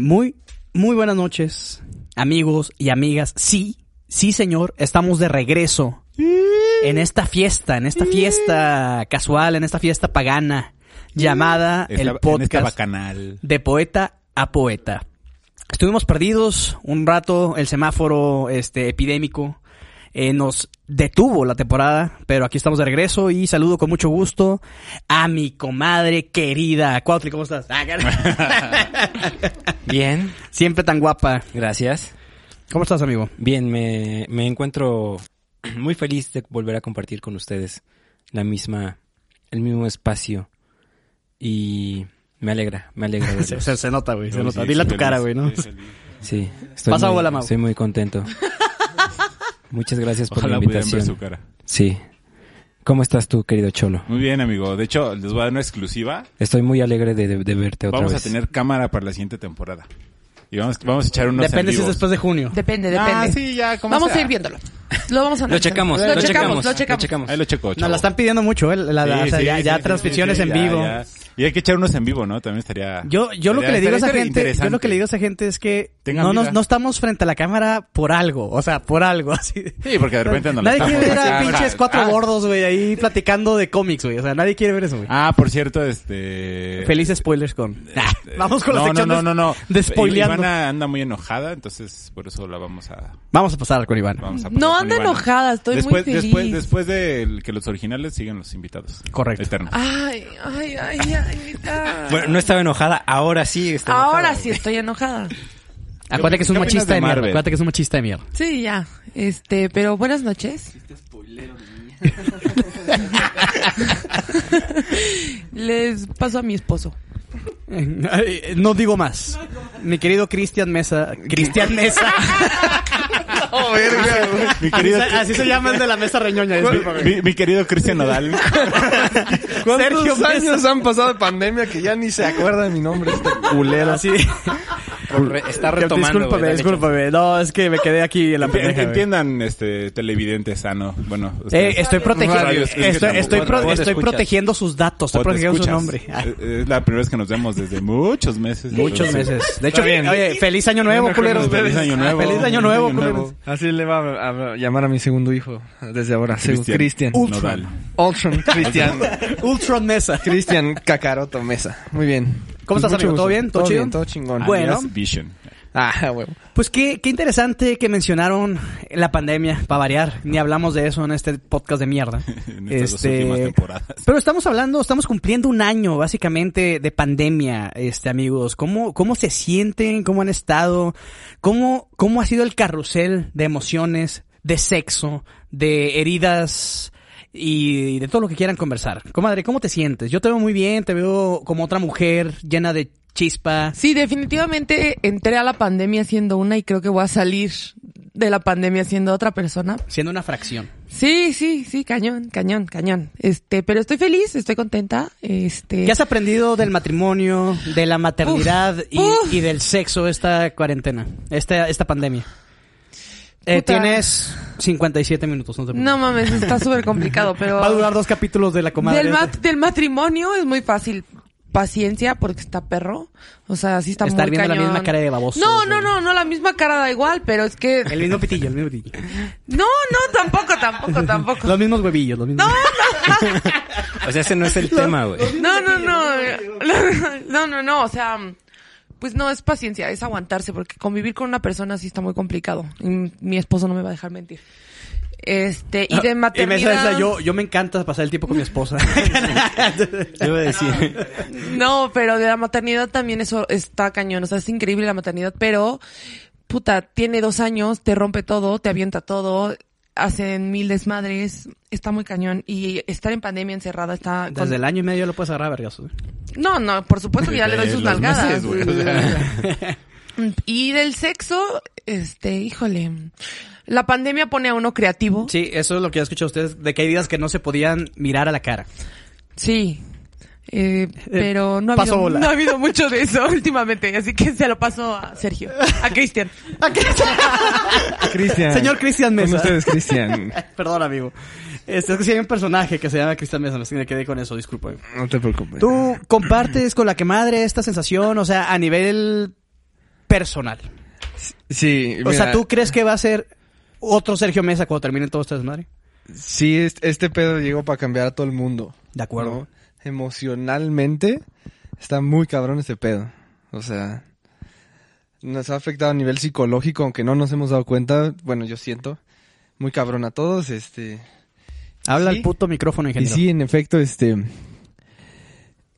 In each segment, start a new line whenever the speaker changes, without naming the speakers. Muy, muy buenas noches, amigos y amigas. Sí, sí, señor, estamos de regreso en esta fiesta, en esta fiesta casual, en esta fiesta pagana, llamada
Esta-
el
En esta
podcast
bacanal.
de poeta a poeta. Estuvimos perdidos un rato, el semáforo este epidémico eh, nos detuvo la temporada, pero aquí estamos de regreso y saludo con mucho gusto a mi comadre querida. Cuautli, ¿cómo estás? Ah,
Bien,
Siempre tan guapa.
gracias.
¿Cómo estás, amigo?
Bien, me, me encuentro muy feliz de volver a compartir con ustedes la misma, el mismo espacio. Y me alegra, me alegra.
Se,
verlos.
se- se nota, güey, se nota.
sí,
Dile a
sí,
tu
feliz,
cara, güey, ¿no?
Sí, estoy
Pasa
muy,
bola, Mau.
estoy muy contento. Muchas gracias por
Ojalá
la
pudieran ver
invitación.
su cara.
Sí. ¿Cómo estás tú, querido Cholo?
Muy bien, amigo. De hecho, les voy a dar una exclusiva.
Estoy muy alegre de, de- de verte otra
Vamos
vez.
a tener cámara para la siguiente temporada. Y vamos, vamos a echar unos
Depende si
en
es
vivos.
después de junio.
Depende, depende.
Ah, sí, ya, como
Vamos
sea.
a ir viéndolo. Lo vamos a
Lo
analizar.
checamos,
lo, checamos, lo checamos.
Ahí lo checo,
Nos
chavo.
la están pidiendo mucho, ¿eh? La- la- o
Sí,
sea,
sí,
ya,
sí,
ya
sí,
transmisiones
sí, sí,
en
ya,
vivo.
ya. Y hay que echar unos en vivo, ¿no? También estaría...
Yo, yo lo que le digo a esa
estaría
gente, yo lo que le digo a
interesante.
esa gente es que
Tengan
no, nos,
vida.
no estamos frente a la cámara por algo, o sea, por algo, así.
Sí, porque de repente nos la
Nadie quiere
estamos
ver a
sacando.
pinches cuatro
Ah,
gordos, güey, ahí platicando de cómics, güey. O sea, nadie quiere ver eso, güey.
Ah, por cierto, este...
Feliz spoilers con. Ah, vamos con la
eh, no,
sección
no,
de-
no, no, no.
de spoileando.
Ivana anda muy enojada, entonces por eso la vamos a...
Vamos a pasar con Iván.
Vamos a pasar
No
con
anda
Ivana.
enojada, estoy
después,
muy feliz.
Después, después de que los originales siguen los invitados.
Correcto. Ah.
Eternos.
Ay, ay, ay, ay. ay.
Bueno, no estaba enojada, ahora sí está enojada,
Ahora
güey.
sí estoy enojada.
Acuérdate que es un
¿Qué opinas
machista
de
de mierda.
Marvel?
Acuérdate que es un machista de mierda.
Sí, ya. Este, pero buenas noches. Les paso a mi esposo.
Ay, No digo más. Mi querido Cristian Mesa. Cristian Mesa.
Mi
así,
querido...
se, así se llama el de la mesa reñoña. disculpa, güey.
Mi, mi querido Cristian Nodal.
¿Cuántos
Sergio Mesa.
años han pasado de pandemia que ya ni se acuerda de mi nombre este culero?
Así.
Re- está retomando. güey,
discúlpame,
dale,
discúlpame. No, es que me quedé aquí en la pendeja, güey.
Entiendan, este, televidente sano. Bueno,
Eh,
ustedes-
estoy protegiendo,
Radio escucha
estoy,
tampoco.
estoy, pro-
Vos te
estoy
escuchas.
protegiendo sus datos, estoy
¿O te
protegiendo su nombre.
escuchas?
Ah,
Eh, Es la primera vez que nos vemos desde muchos meses.
Muchos
Entonces,
meses. De hecho, oye, feliz año nuevo, culeros.
Feliz año nuevo.
Feliz año nuevo,
Feliz año
culeros.
Así le va a, a llamar a mi segundo hijo desde ahora.
Cristian.
Cristian.
Nodal.
Ultron Cristian.
Ultron Mesa.
Cristian Cacaroto Mesa. Muy bien.
¿Cómo estás,
Mucho
amigo? ¿Todo
gusto.
bien? ¿Todo chido?
bien, todo chingón.
Bueno.
Alias Vision.
Ah, huevo.
Pues qué, qué interesante que mencionaron la pandemia, para variar. Ni hablamos de eso en este podcast de mierda. Este,
En estas dos últimas temporadas.
Pero estamos hablando, estamos cumpliendo un año básicamente de pandemia, este amigos. ¿Cómo, cómo se sienten? ¿Cómo han estado? ¿Cómo, cómo ha sido el carrusel de emociones, de sexo, de heridas y de todo lo que quieran conversar? Comadre, ¿cómo te sientes? Yo te veo muy bien, te veo como otra mujer llena de chispa.
Sí, definitivamente entré a la pandemia siendo una y creo que voy a salir de la pandemia siendo otra persona.
Siendo una fracción.
Sí, sí, sí, cañón, cañón, cañón. Este, pero estoy feliz, estoy contenta. Este,
¿Qué has aprendido del matrimonio, de la maternidad
Uf,
y,
uf.
y del sexo esta cuarentena, esta, esta pandemia? Eh,
Puta.
tienes 57 minutos, no te preocupes.
No mames, está súper complicado, pero
Va a durar dos capítulos de la comadre. este.
del, mat- del matrimonio es muy fácil. Paciencia, porque está perro. O sea, sí está
Estar
muy
viendo la
cañón.
misma cara de baboso,
No,
güey.
no, no, no, la misma cara da igual, pero es que...
El mismo pitillo, el mismo pitillo.
No, no, tampoco, tampoco, tampoco.
Los mismos huevillos, los mismos.
O sea, ese no es el tema, güey.
No, no, no. No, no, no. O sea, pues no, es paciencia, es aguantarse, porque convivir con una persona sí está muy complicado. Y mi esposo no me va a dejar mentir. Este, y de
Ah, Y me
maternidad.
esa- esa, yo, yo me encanta pasar el tiempo con mi esposa.
Yo iba a decir.
No, pero de la maternidad también eso está cañón. O sea, es increíble la maternidad, pero puta, tiene dos años, te rompe todo, te avienta todo. hacen mil desmadres, está muy cañón. Y estar en pandemia encerrada está... con-
Desde el año y medio lo puedes agarrar, vergasos.
No, no, por supuesto que ya le doy
Desde
sus
los
nalgadas.
meses, güey, o sea.
y del sexo, este, híjole, la pandemia pone a uno creativo.
Sí, eso es lo que yo escuchado ustedes, de que hay días que no se podían mirar a la cara.
Sí. Eh, pero no ha,
paso
habido,
bola.
no ha habido mucho de eso últimamente, así que se lo paso a Sergio, a Cristian.
Cristian.
Señor Cristian Mesa.
Con ustedes, Cristian.
Perdón, amigo. Este, es que si hay un personaje que se llama Cristian Mesa, me quedé con eso, disculpen.
No te preocupes.
¿Tú compartes con la que madre esta sensación, o sea, a nivel personal?
Sí,
O sea,
mira,
¿tú crees que va a ser otro Sergio Mesa cuando termine todo este desmadre?
Sí, es- este pedo llegó para cambiar a todo el mundo.
De acuerdo.
¿no? Emocionalmente está muy cabrón este pedo. O sea, nos ha afectado a nivel psicológico, aunque no nos hemos dado cuenta. Bueno, yo siento muy cabrón a todos, este.
Habla
Sí.
el puto micrófono,
Y
ingeniero.
sí, en efecto, este.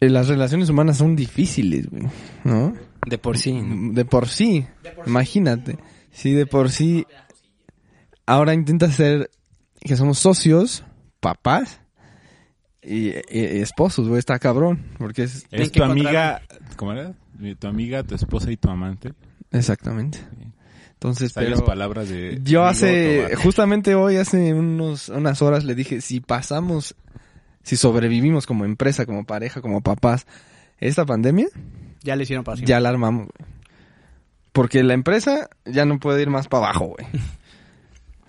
eh, Las relaciones humanas son difíciles, güey, ¿no?
De por sí. ¿no?
De por sí, imagínate. Sí, de por sí. Ahora intenta ser que somos socios, papás y, y- y esposos, güey. Está cabrón, porque es...
Eres
que
tu amiga, ¿cómo era? Tu amiga, tu esposa y tu amante.
Exactamente. Entonces,
Hay
pero...
las palabras de...
Yo
Diego
hace...
Tobar.
Justamente hoy, hace unos, unas horas, le dije, si pasamos, si sobrevivimos como empresa, como pareja, como papás, esta pandemia,
Ya le hicieron pasión.
ya la armamos, güey. Porque la empresa ya no puede ir más para abajo, güey.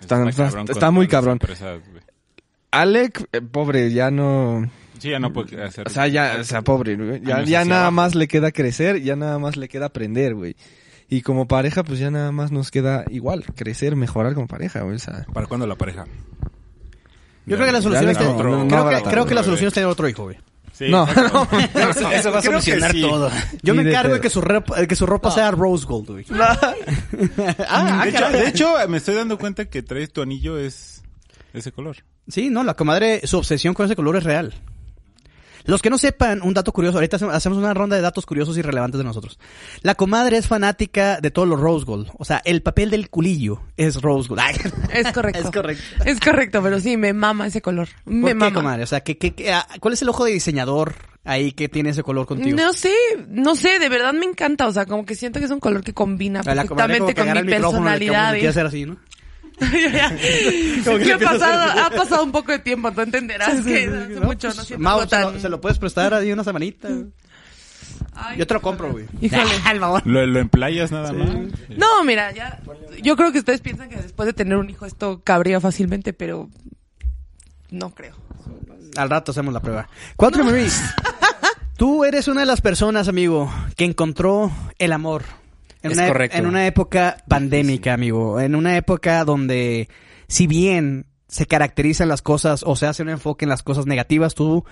Está- está-
cabrón
está
con
muy
todas las
cabrón.
empresas, güey.
Alec, eh, pobre, ya no.
Sí, ya no
Mm,
puede hacer...
O sea, ya, o sea, pobre, güey. Ya,
Años
ya
hacia
nada
abajo.
más le queda crecer, ya nada más le queda aprender, güey. Y como pareja, pues ya nada más nos queda igual, crecer, mejorar como pareja, güey. O sea,
¿Para cuándo la pareja?
Yo creo que la solución
le
es tener-
encontró.
creo
No,
que-
no,
creo,
no,
que,
no,
la
no,
solución
no.
es tener otro hijo, güey.
Sí,
no,
exacto.
no,
Eso, eso va
Creo
a
que
solucionar
sí.
todo.
Yo
Ni
me
de
encargo de
pedo.
que su ropa, que su ropa sea rose gold, güey. ah,
de, hecho,
caray.
de hecho, me estoy dando cuenta que traes tu anillo es ese color.
Sí, no, la comadre, su obsesión con ese color es real. Los que no sepan, un dato curioso, ahorita hace- hacemos una ronda de datos curiosos y relevantes de nosotros. La comadre es fanática de todos los rose gold. O sea, el papel del culillo es rose gold. Ay.
Es correcto.
Es correcto.
Es correcto, pero sí, me mama ese color.
¿Por
Me
qué,
mama.
comadre? O sea, ¿qué, qué- qué- ah, ¿cuál es el ojo de diseñador ahí que tiene ese color contigo?
No sé, no sé, de verdad me encanta, o sea, como que siento que es un color que combina
A la comadre como
perfectamente
que agarra
con
el
mi
micrófono, le- como
personalidad.
que
¿eh?". y-
quiere hacer así, ¿no? Como que
¿Qué
le
ha
empieza a hacer-
pasado? Ha pasado un poco de tiempo, tú
Sí,
entenderás
sí,
que
sí,
hace
¿no?
mucho no
Pues,
siento
Mau,
algo
se lo-
tan-
se lo puedes prestar ahí una semanita.
Ay,
Yo te lo compro, güey.
Híjole.
Ah.
Lo, lo emplayas nada más.
No, mira, ya. Yo creo que ustedes piensan que después de tener un hijo esto cabría fácilmente, pero no creo.
Al rato hacemos la prueba. Cuatro Maries. Tú eres una de las personas, amigo, que encontró el amor. En
Es
una, e-
correcto.
En una época pandémica, amigo. En una época donde, si bien se caracterizan las cosas o se hace un enfoque en las cosas negativas, tú,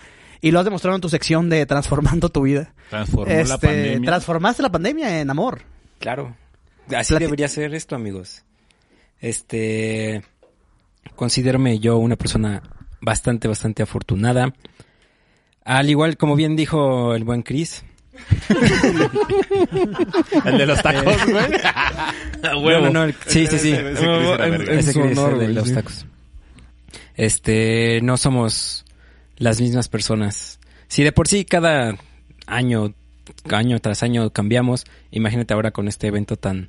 y lo has demostrado en tu sección de Transformando tu vida,
Transformó la
este,
pandemia.
transformaste la pandemia en amor.
Claro. Así
Plati-
debería ser esto, amigos. Este. Considérame yo una persona bastante, bastante afortunada. Al igual, como bien dijo el buen Chris.
El de los tacos, güey.
No, no, no, el- sí, sí, sí.
Ese Chris era
En-
verga.
en
Ese
su
Chris,
honor,
el de
güey,
los
sí.
tacos. Este, no somos las mismas personas. Si de por sí cada año, año tras año cambiamos, imagínate ahora con este evento tan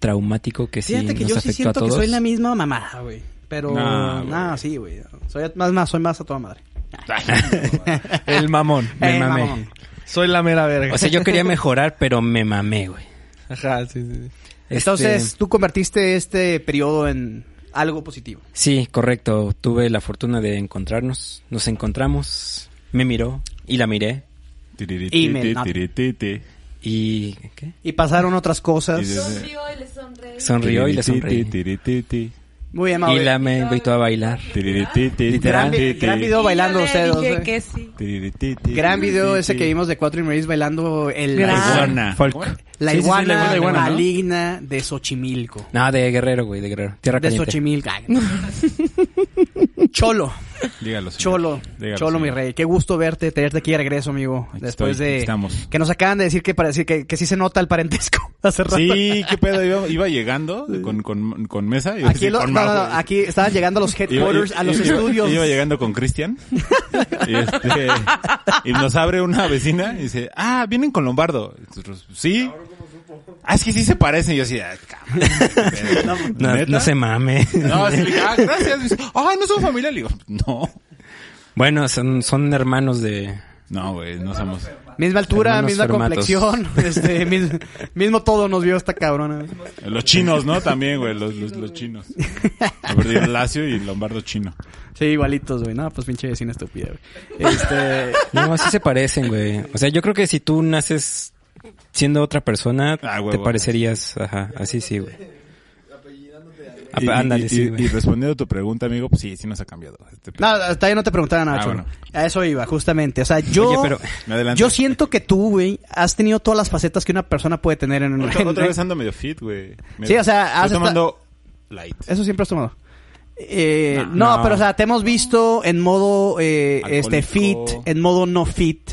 traumático que sí
Fíjate que
nos
yo sí
afectó a
siento que
todos.
soy la misma mamada, güey. Pero,
Nah,
nada,
güey.
sí, güey. Soy más, más, soy más a toda madre.
el mamón.
Me
Eh,
mamé.
mamón.
Soy la mera verga.
O sea, yo quería mejorar, pero me mamé, güey.
Ajá, sí, sí.
Este,
Entonces, tú convertiste este periodo en algo positivo.
sí, correcto. Tuve la fortuna de encontrarnos. Nos encontramos. Me miró y la miré.
Tiririti,
Y me- no.
tirititi.
Y. ¿Qué?
Y pasaron otras cosas.
Y desde-
Sonrió y le sonreí.
Tirititi,
Muy bien, Mau.
Y la me invitó a bailar.
tirititi,
gran,
Literal.
vi-
tirititi,
gran video
Y yo
bailando
le
ustedes. ¿eh?
dije
güey.
que sí.
tirititi,
Gran video
tirititi.
ese que vimos de Cuatro y Maris bailando el
Gran.
la iguana,
Iguana.
Folk.
¿Cómo era?
la
Sí, sí, sí,
iguana
la iguana, ¿no?
maligna de Xochimilco.
No, de Guerrero, güey, de Guerrero. Tierra
De
caliente.
Xochimilco. Ay, Cholo,
Dígalo. señor.
Cholo,
Dígalo,
Cholo,
señor.
mi rey. Qué gusto verte, tenerte aquí de regreso, amigo.
Aquí
Después
estoy,
de
aquí estamos.
que nos acaban de decir que para decir que, que sí se nota el parentesco hace rato.
Sí, qué pedo. Iba, iba llegando con, con, con mesa. y
Aquí,
así,
lo-
con
no, no,
Mau.
no, aquí estaban llegando a los
Iba-
headquarters,
iba-
a los
iba-
estudios.
Iba llegando con Cristian. Y, este, y nos abre una vecina y dice, ah, vienen con Lombardo. Y nosotros, sí. Ah, es que sí se parecen. Y yo así, ah, cabrón.
No,
¿Neta?
no se mame.
No, así, le dije, ah, gracias. Y dice, Ah, no son familia. Le digo, no.
Bueno, son, son hermanos de...
No, güey, no somos.
Misma altura,
Hermanos
misma
Fermatos.
complexión, este, mis- mismo todo nos vio esta cabrona.
Los chinos, ¿no? También, güey, los, los, los chinos. A ver, digo, Lacio y Lombardo chino.
Sí, igualitos, güey. No, pues pinche vecina estúpida, güey. Este,
No, sí se parecen, güey. O sea, yo creo que si tú naces siendo otra persona,
Ah, güey,
te
güey.
parecerías... Ajá, así sí, güey. Ap-
Y-
Ándale,
y, y-
sí, güey.
y respondiendo a tu pregunta, amigo, pues sí, sí nos ha cambiado. Este pe-
no, hasta ahí no te preguntaba nada,
Ah,
Cholo.
bueno.
A eso iba, justamente. O sea, yo,
Oye, pero-
Adelante.
yo siento que tú, güey, has tenido todas las facetas que una persona puede tener en un
otra, otra vez ando medio fit, güey. Me-
Sí, o sea, has esta-
Estoy tomando light.
Eso siempre has tomado. Eh,
No,
no,
no.
pero o sea, te hemos visto en modo eh, este fit,
Alcohólico.
en modo no fit,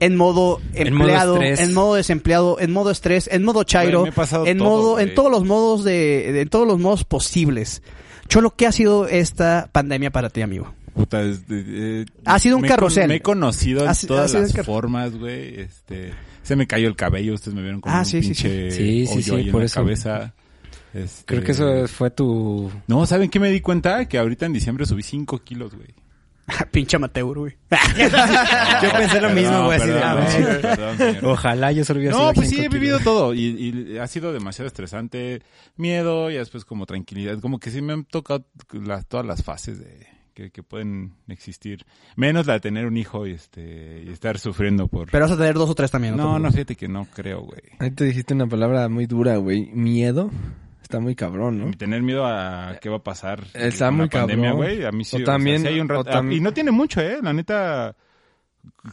en modo
En modo
empleado, en modo,
estrés.
desempleado, en modo estrés, en modo chairo,
Güey, me he pasado
en
todo,
modo, en
güey.
todos los modos de, de- en todos los modos posibles. Cholo, ¿qué ha sido esta pandemia para ti, amigo?
Puta, es- eh, eh,
Ha sido un
me he con-
carrusel.
Me he conocido en
Ha si- ha
todas
sido un
las
car-
formas, güey. Este, se me cayó el cabello, ustedes me vieron como
Ah,
un
sí, sí,
pinche
sí. Sí, sí,
hoyo
sí,
ahí en
por
la
eso.
cabeza. Este,
Creo que eso fue tu...
No, ¿saben qué me di cuenta? Que ahorita en diciembre subí 5 kilos, güey.
Pinche amateur, güey.
Yo pensé lo mismo, güey, así de,
"Ah,
perdón,
a ver.
perdón, señor.
Ojalá yo solo hubiera
No,
sido
pues
cinco
sí, he
kilos.
vivido todo y, y ha sido demasiado estresante, miedo y después como tranquilidad, como que sí me han tocado las, todas las fases de que, que pueden existir, menos la de tener un hijo y este y estar sufriendo por...
Pero vas a tener dos o tres también. te
no, no,
preocupes.
fíjate que no creo, güey.
Ahí te dijiste una palabra muy dura, güey. Miedo. Está muy cabrón, ¿no? Eh,
Y Tener miedo a qué va a pasar.
Está
con la
muy
pandemia,
cabrón.
güey. A mí sí.
O
O
también-
sea, sí hay un rato-
o tam-
Y no tiene mucho, ¿eh? La neta.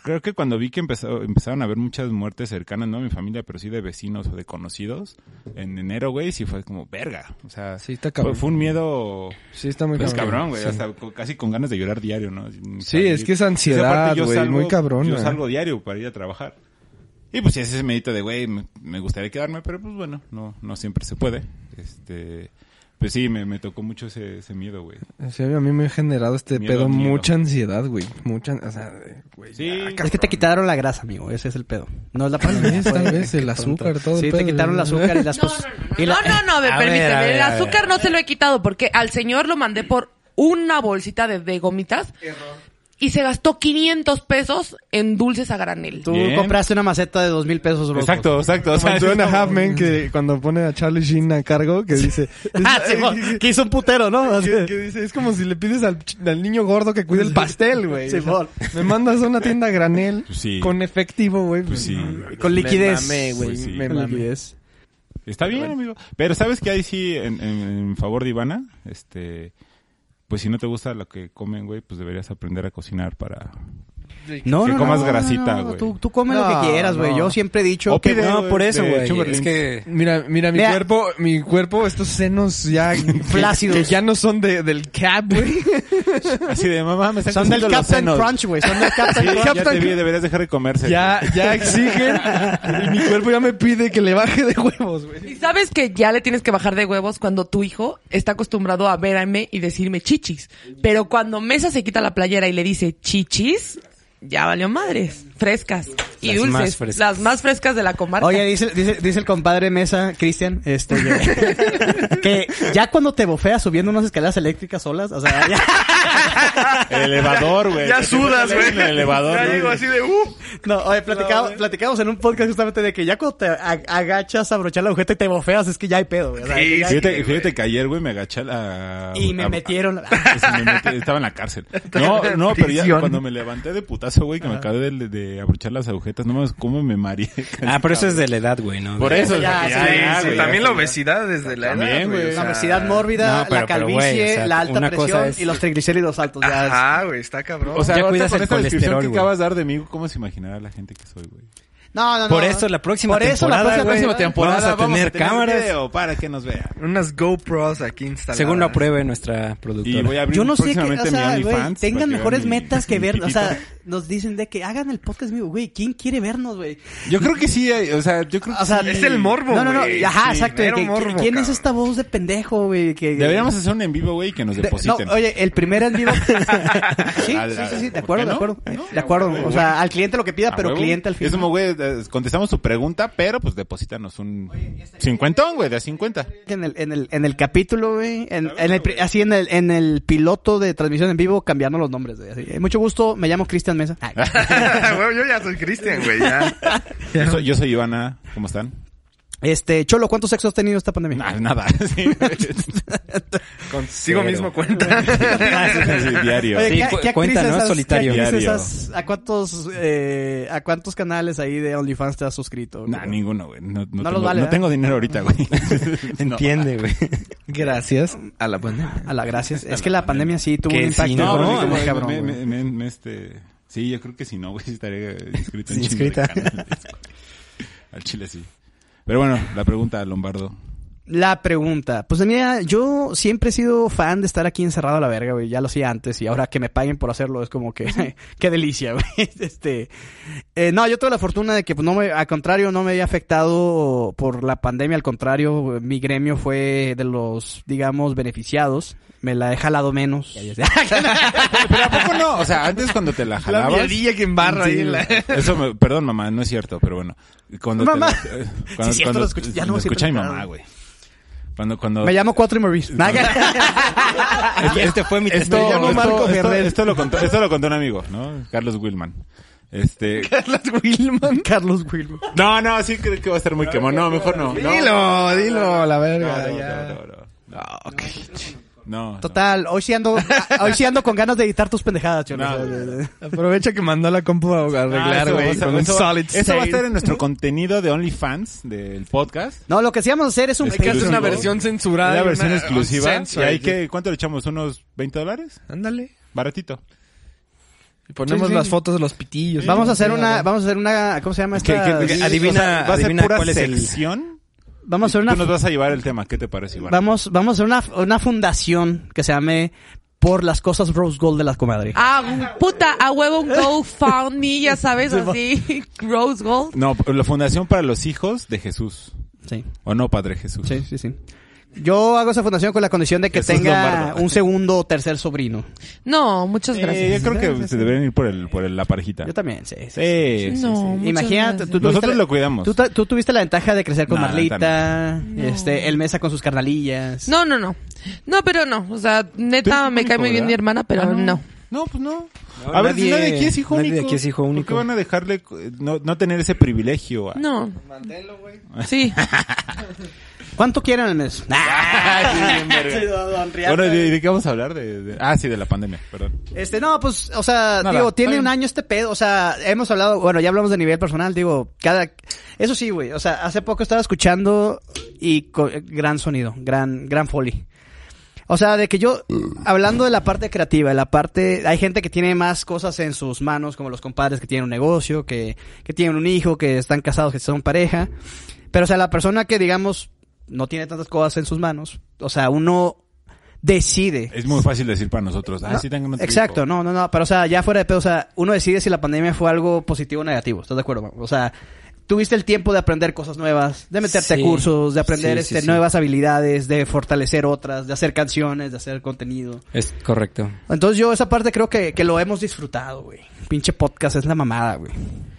Creo que cuando vi que empezó, empezaron a haber muchas muertes cercanas, no a mi familia, pero sí de vecinos o de conocidos, en enero, güey, sí fue como verga. O sea,
Sí, está
fue,
cabrón.
fue un miedo.
Sí, está muy
Pues cabrón,
cabrón.
güey.
Sí.
hasta co- casi con ganas de llorar diario, ¿no? Sin
Sí, es que es ansiedad,
Sí, aparte yo
güey,
salgo-
muy cabrona.
Yo salgo diario para ir a trabajar. Y pues sí, es ese medito de, güey, me, me gustaría quedarme, pero pues bueno, no, no siempre se puede. Este, pues sí, me, me tocó mucho ese, ese miedo, güey.
Sí, a mí me ha generado este
Miedo,
pedo
miedo.
mucha ansiedad, güey. Mucha, o sea, de- güey.
Sí,
Es que te quitaron la grasa, amigo. Ese es el pedo. No es la
Tal
pandemia.
vez, tal
fue-
vez, el azúcar, todo el
Sí, te
pedo,
quitaron el
güey.
azúcar y las
No,
cosas.
no,
y
no,
la-
no, no, me
A ver,
permíteme.
a ver,
el
a ver.
azúcar no se lo he quitado porque al señor lo mandé por una bolsita de, de gomitas y se gastó 500 pesos en dulces a granel.
Tú
Bien.
compraste una maceta de dos mil pesos. Rocco.
exacto, exacto. O
Como
sea,
en
es
Two and a
como-
Half Men, que cuando pone a Charlie Sheen a cargo, que dice...
Ah, Simón, que hizo un putero, ¿no? Así-
Que, que dice, es como si le pides al, ch- al niño gordo que cuide el pastel, güey. O sea,
Simón.
me mandas a una tienda a granel
Pues sí.
con efectivo, güey.
Pues sí.
Con liquidez.
Me mamé, güey.
Pues sí.
Me
Con
mamé.
liquidez.
Está bien, amigo. Pero sabes que ahí sí, en, en- en favor de Ivana, este, pues si no te gusta lo que comen, güey, pues deberías aprender a cocinar para...
No,
Que
no,
comas
no,
grasita,
no, no,
güey.
Tú, tú come lo que
No,
quieras, güey.
no.
Yo siempre he dicho
O
que...
pide,
No, por eso,
de
güey.
Chamberlain.
Es que...
Mira, mira, mi
Mira.
cuerpo, mi cuerpo, estos senos ya que-
Flácidos.
que ya no son de, del cap, güey.
Así de, mamá, me están
Son del
creciendo los
Captain
senos".
Crunch, güey. Son del Captain
Sí,
Crunch.
ya te vi, deberías dejar de comerse.
Ya, ya exigen. y mi cuerpo ya me pide que le baje de huevos, güey.
Y sabes que ya le tienes que bajar de huevos cuando tu hijo está acostumbrado a verme y decirme chichis. Pero cuando Mesa se quita la playera y le dice chichis, ya valió madres. Frescas y
Las
dulces.
más frescas.
Las más frescas de la comarca.
Oye, dice, dice, dice el compadre Mesa, Cristian, este, que, que ya cuando te bofeas subiendo unas escaleras eléctricas solas, o sea, ya,
El elevador, güey.
Ya sudas, güey.
El elevador.
Ya
güey.
digo así de, uh.
no, oye, platicamos, platicamos en un podcast justamente de que ya cuando te a- agachas a abrochar la agujeta y te bofeas, es que ya hay pedo, güey. O sea,
Sí,
ya-
Fíjate, fíjate que ayer, güey, me agaché a la...
Y me
a-
metieron.
a- me metí- estaba en la cárcel. No, no, pero ya
Prisión.
cuando me levanté de putazo, güey, que me acabé de, de abrochar las agujetas, no mames, cómo me mareé.
Ah, pero eso es de la edad, güey, ¿no?
Por eso.
Ya,
ya,
sí,
ya,
sí,
güey,
también
ya.
la obesidad desde la edad,
También,
güey.
güey.
o
La
sea,
obesidad mórbida,
no, pero-
la
pero,
calvicie,
güey, o sea,
la alta
una cosa
presión
es-
y los triglicéridos altos. ya es-
Ajá, güey, está cabrón.
O sea,
Ya
ahorita
cuidas
con
el
esta descripción
colesterol,
que
güey.
acabas de dar de mí, ¿cómo se imaginará la gente que soy, güey?
No, no, no.
Por eso la próxima
Por eso la
temporada,
próxima,
güey,
próxima temporada.
vamos Pues a tener cámaras.
video para que nos vean.
Unas GoPros aquí instaladas.
Según lo apruebe nuestra
Y
productora.
voy a abrir
Yo no sé qué, o
próximamente mi
sea, güey,
OnlyFans para
tengan
que
mejores
vean mi-
metas que
mi
ver, o sea,
pipito.
nos dicen de que hagan el podcast mío, güey, ¿quién quiere vernos, güey?
Yo creo que sí, eh, o sea, yo creo que
O sea,
sí.
es el morbo,
No, no, no,
güey.
ajá,
Sí,
exacto, de
mero
que-
morbo,
¿quién es
cabrón.
esta voz de pendejo, güey? Que-
Deberíamos hacer un en vivo, güey, que nos
De- no,
depositen.
oye, el primer en vivo. sí, sí,
Al-
sí, sí, de
¿por
acuerdo,
qué
de
no?
acuerdo.
¿No?
De acuerdo, o sea, al cliente lo que pida,
A
pero
Ah, huevo.
cliente al
Es como,
final.
güey, eh, contestamos tu pregunta, pero pues deposítanos un cincuentón, güey, de a cincuenta.
En el, en el, en el capítulo, güey, en, en el, pri- así en el, en el piloto de transmisión en vivo, cambiando los nombres, güey, así. Eh, Mucho gusto, me llamo Cristian Mesa.
Ah.
Ay.
Güey, yo ya soy Cristian, güey, ya.
Yo soy, yo soy Ivana, ¿cómo están?
Este, Cholo, ¿cuánto sexo has tenido esta pandemia?
Nah, nada. Sí, güey.
Sigo mismo cuenta.
Sí, diario.
Oye,
Sí,
¿qué-
cu-
qué actrices
cuenta, ¿no?
has- qué
Solitario.
actrices
Diario.
has- ¿A cuántos, eh, a cuántos canales ahí de OnlyFans te has suscrito?
Nah,
güey?
ninguno, güey. No, no
los
tengo,
vale, ¿eh?
no
¿verdad?
tengo dinero ahorita, güey.
Entiende, güey.
Gracias a la pandemia.
A la gracias. Es que la pandemia sí tuvo
Que
un impacto
sí,
No,
No,
pero sí,
no,
como
muy
que
cabrón.
me-
güey.
me- me- me, este, sí, yo creo que si no, güey, estaría inscrito en
Sí,
chingo de
inscrita.
canales, güey. Al chile sí. Pero bueno, la pregunta, Lombardo.
La pregunta. Pues mira, yo siempre he sido fan de estar aquí encerrado a la verga, güey. Ya lo hacía antes y ahora que me paguen por hacerlo es como que... ¡Qué delicia, güey! Este... eh, no, yo tuve la fortuna de que pues, no me... Al contrario, no me había afectado por la pandemia. Al contrario, mi gremio fue de los, digamos, beneficiados. Me la he jalado menos.
Pero ¿a poco no? O sea, antes cuando te la
La
jalabas...
miadilla que embarra ahí en la...
Eso, me- perdón, mamá, no es cierto, pero bueno. Cuando te
Mamá.
la- eh, cuando,
es cierto, lo escuché- ya no
lo
me siento
escucha mi
tan-
mamá, güey. Cuando, cuando...
me llamo Cuatro y Maurice.
Este, este fue mi
Esto,
Me llamo
esto-
Marco
esto-
Ferrer.
esto lo contó, esto lo contó un amigo, ¿no? Carlos Willman. Este...
Las Willman.
Carlos Wilbur.
No, no, sí creo que va a estar muy quemón. No, mejor no. no.
Dilo, dilo, la
No,
verga.
no,
ya.
no, no, no. No, no.
Total, hoy sí ando, hoy sí ando con ganas de editar tus pendejadas, cholo.
No.
Aprovecha que mandó la compu a arreglar,
Ah,
güey,
eso-
con un
eso-
solid
Eso va a
state.
estar en nuestro contenido de OnlyFans del podcast.
No, lo que sí vamos a hacer es un
Es que haces
Es una
Exclusivo.
versión censurada.
Una
y
versión
una-
exclusiva.
uncensored.
y ahí que, ¿cuánto le echamos? ¿Unos 20 dólares?
Ándale.
Baratito.
Y ponemos
Sí, sí.
las fotos de los pitillos.
Vamos a
¿no?
hacer una, vamos a hacer una, ¿cómo se llama esta?
Que- que- que-
adivina-
va a ser
adivina
pura
cuál es el-
sección.
vamos a hacer
Tú nos
una,
vas a llevar el tema. ¿Qué te parece, Iván?
vamos, vamos a hacer una, una fundación que se llame por las cosas Rose Gold de la comadre.
Ah, puta, a huevo un GoFundMe, ya sabes, así. Rose Gold.
No, la Fundación para los Hijos de Jesús.
Sí,
¿O no, Padre Jesús?
sí, sí, sí. Yo hago esa fundación con la condición de que
Jesús
tenga
Lombardo.
un segundo o tercer sobrino.
No, muchas
Eh,
gracias.
yo creo que se deberían ir por, el, por el- la parejita.
Yo también, sí. sí.
Sí, sí,
No,
sí.
muchas
Imagínate,
gracias.
tú tuviste
Nosotros
la-
lo cuidamos.
Tú, ta- tú tuviste la ventaja de crecer con
Nah,
Marlita,
no.
este, el Mesa con sus carnalillas.
No, no, no. No, pero no. O sea, neta,
eres
me
único,
cae muy bien
¿verdad?
mi hermana, pero
Ah,
no.
No, pues no.
No,
a ver,
nadie-
si nadie aquí es hijo
nadie
único.
aquí es hijo
¿Por qué
único?
van a dejarle eh, no, no tener ese privilegio? a-
No. Sí.
¿Cuánto quieren al mes?
Ah,
Sí, don- don Riata.
Bueno, ¿de, de qué vamos a hablar? De, de- Ah, sí, de la pandemia, perdón.
Este, no, pues, o sea,
Nada,
digo, tiene
está
un
bien.
año este pedo, o sea, hemos hablado, bueno, ya hablamos de nivel personal, digo, cada, eso sí, güey, o sea, hace poco estaba escuchando y co- gran sonido, gran, gran folly. O sea, de que yo, hablando de la parte creativa, de la parte, hay gente que tiene más cosas en sus manos, como los compadres que tienen un negocio, que, que tienen un hijo, que están casados, que son pareja. Pero, o sea, la persona que, digamos, no tiene tantas cosas en sus manos, o sea, uno decide.
Es muy fácil decir para nosotros. Ah,
No,
sí, tengan un
exacto, no, no, no, pero o sea, ya fuera de pedo, o sea, uno decide si la pandemia fue algo positivo o negativo, ¿estás de acuerdo? Mau? O sea, tuviste el tiempo de aprender cosas nuevas, de meterte
Sí.
a cursos, de aprender
Sí, sí,
este,
sí.
nuevas habilidades, de fortalecer otras, de hacer canciones, de hacer contenido.
Es correcto.
Entonces yo esa parte creo que, que lo hemos disfrutado, güey. Pinche podcast es la mamada, güey.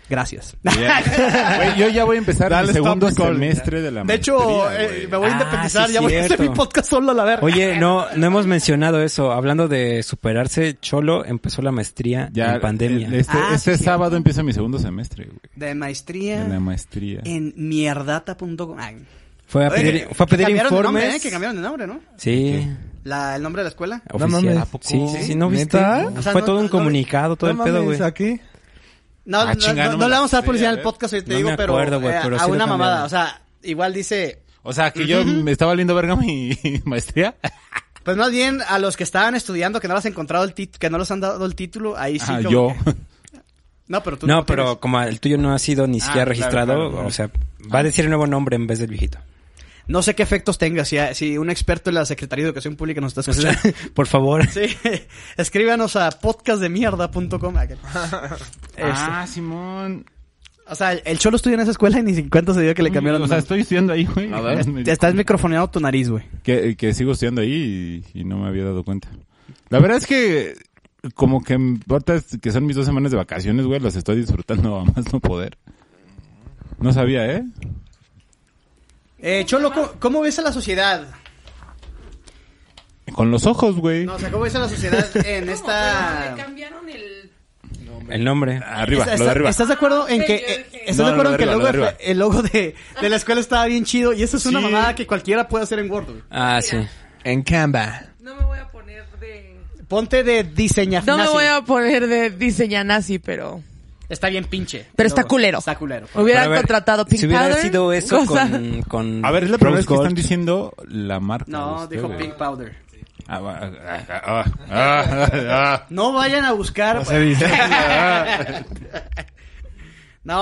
Gracias.
Ya. Güey, yo ya voy a empezar el
Dale stop
segundo
record.
semestre de la
De hecho,
maestría,
eh,
güey.
me voy a
Ah,
independizar,
sí,
ya voy a hacer mi
cierto.
podcast solo a la verga.
Oye, no, no hemos mencionado eso. Hablando de superarse, Cholo empezó la maestría
ya,
en pandemia.
el- Este,
Ah, sí,
este
cierto.
sábado empieza mi segundo semestre, güey.
De maestría
De la maestría.
en mierdata.com. Ay.
Fue a pedir,
Oye,
fue a
que
pedir
cambiaron de nombre,
informes. Ah,
¿eh? Que cambiaron de nombre, ¿no?
Sí,
La, el nombre de la escuela.
No mames.
oficial.
¿A poco?
sí, sí, sí, ¿no viste?
¿Neta?
O sea,
fue
no-
todo un
no-
comunicado, todo
No
el pedo,
mames,
güey.
aquí.
No,
Ah,
no, no-
chinga, no
no
me
le
la
vamos a dar
sé,
publicidad
a
al
ver.
podcast, hoy te
No
digo,
me
pero,
acuerdo, güey,
eh,
pero
a
sí lo
una
cambiaron.
mamada. O sea, igual dice,
O sea, que yo me estaba valiendo verga mi maestría.
pues más bien a los que estaban estudiando que no les han encontrado el tit- que no les han dado el título, ahí sí.
Ah,
como
yo.
que- No, pero tú
No,
no
pero
tienes.
como el tuyo no ha sido ni
Ah,
siquiera
claro,
registrado,
claro, claro.
o sea, va a decir el nuevo nombre en vez del viejito.
No sé qué efectos tenga. Si, si un experto en la Secretaría de Educación Pública nos está
Pues
escuchando.
Por favor.
sí, escríbanos a podcastdemierda.com.
Ah, Simón.
Este, O sea, el cholo estudió en esa escuela y ni 50 se dio que le
Mm,
cambiaron.
O sea,
el
estoy estudiando ahí, güey.
A ver.
nombre. Te estás microfoneado tu nariz, güey.
que, que sigo estudiando ahí y, y no me había dado cuenta. La verdad es que como que m- ahorita es- que son mis dos semanas de vacaciones, güey, las estoy disfrutando a más no poder. No sabía, ¿eh?
Eh, cholo, ¿cómo, cómo ves a la sociedad?
Con los ojos, güey.
No, o sea, ¿cómo ves a la sociedad en esta...
Le cambiaron el...
El nombre.
Esta-
Arriba, lo de
esta-
arriba.
¿Estás de acuerdo en
Sí,
que,
yo
eh,
dije.
¿estás
No,
de
no,
acuerdo
lo
en que el
de
logo,
arriba, lo de
el logo de, de la escuela estaba bien chido? Y eso es una
Sí.
mamada que cualquiera puede hacer en Word. güey.
Ah, sí.
En Canva.
No me voy a poner de...
Ponte de diseñar.
No me voy a poner de diseña nazi, pero...
Está bien pinche.
Pero está culero.
Está culero.
Hubiera
Pero a ver,
contratado Pink
Si hubiera
Powder,
sido eso
cosa-
con, con
A ver, es la primera
Rose
vez que
Gold.
están diciendo la marca.
No,
de
dijo
ustedes.
Pink Powder.
Ah, va, ah, ah, ah, ah, ah.
No vayan a buscar... No,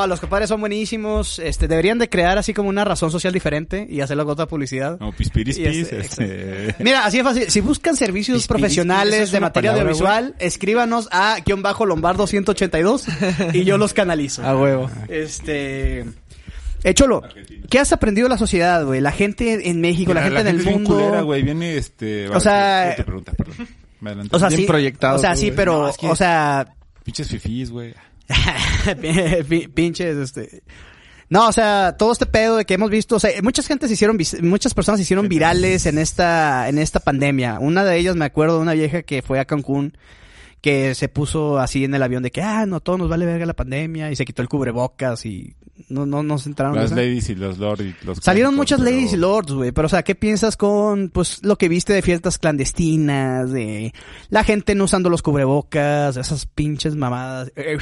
los compadres son buenísimos. Este, deberían de crear así como una razón social diferente y hacerlo con otra publicidad.
No, pispiris,
Y
pis,
este,
este,
Mira, así es fácil. Si buscan servicios
Pispiris, ¿eso
profesionales
es
de
una
materia
palabra,
audiovisual, escríbanos a guión bajo lombardo 182 y yo los canalizo.
Ah,
A huevo.
Ah,
Este. Eh, Cholo, ¿qué has aprendido de la sociedad, güey? La gente en México, la,
Mira,
gente en el
es bien
mundo.
culera, güey. Viene este.
O sea,
eh, te pregunta, perdón. Me adelanté.
o sea,
Bien
sí,
proyectado
o sea,
tú,
sí,
güey.
pero,
No, es que-
o sea,
Pinches fifís, güey.
Pi- pinches, este. No, o sea, todo este pedo de que hemos visto, o sea, muchas gentes se hicieron, vis- muchas personas se hicieron virales en esta, en esta pandemia. Una de ellas me acuerdo de una vieja que fue a Cancún, que se puso así en el avión de que, ah, no, todo nos vale verga la pandemia, y se quitó el cubrebocas y no, no, no se entraron. en
Las
esa.
ladies y los lords y los.
Salieron
cómicos,
muchas
Pues pero-
ladies y lords, güey, pero o sea, ¿qué piensas con, pues, lo que viste de fiestas clandestinas, de la gente no usando los cubrebocas, esas pinches mamadas? Eh,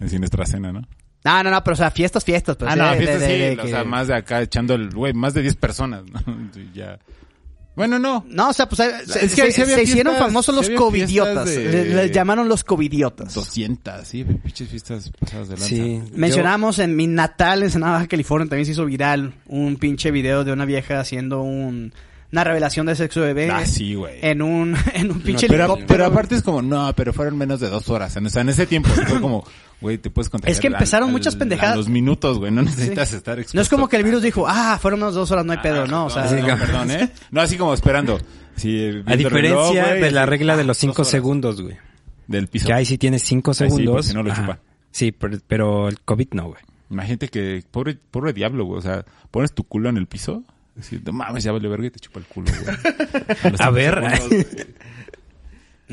En nuestra cena, ¿no?
No, no, no, pero o sea, fiestas, fiestas. Pues,
ah,
sí,
no,
de-
fiesta
de-
sí.
de-
o
que-
sea, más de acá echando el, güey, más de 10 personas, ¿no? Y ya. Bueno, no.
No, o sea, pues eh, se,
Es que ahí
se-
sí había
se hicieron
fiestas-
famosos
sí
los
había
covidiotas.
fiestas de-
Le- Les llamaron los covidiotas.
200, sí, pinches fiestas pasadas de lanza.
Sí.
Mencionamos en mi natal, en Ensenada, Baja California, también se hizo viral un pinche video de una vieja haciendo un, una revelación de sexo de bebé
Ah, sí, güey.
en un en un pinche
Pero,
helicóptero.
pero aparte es como, no, pero fueron menos de dos horas. O sea, en ese tiempo fue como, güey, te puedes contagiar.
Es que
al-
empezaron
al-
muchas pendejadas.
A los minutos, güey, no necesitas estar expuesto.
no es como que el virus dijo, ah, fueron unas dos horas, no hay pedo, no, o sea,
sí,
no,
como-
perdón, ¿eh? No, así como esperando. Sí, viendo
A
el reloj,
diferencia
güey,
de la
así,
regla de los
dos
5
horas
segundos, güey.
Del piso.
Que ahí sí tienes 5
sí, porque
segundos.
si no lo
Ajá.
chupa.
Sí, pero, pero el COVID no, güey.
Imagínate que, pobre, pobre diablo, güey. O sea, pones tu culo en el piso. Así, no mames, ya vale verga y te chupa el culo, güey. los
A ver.
segundos, güey.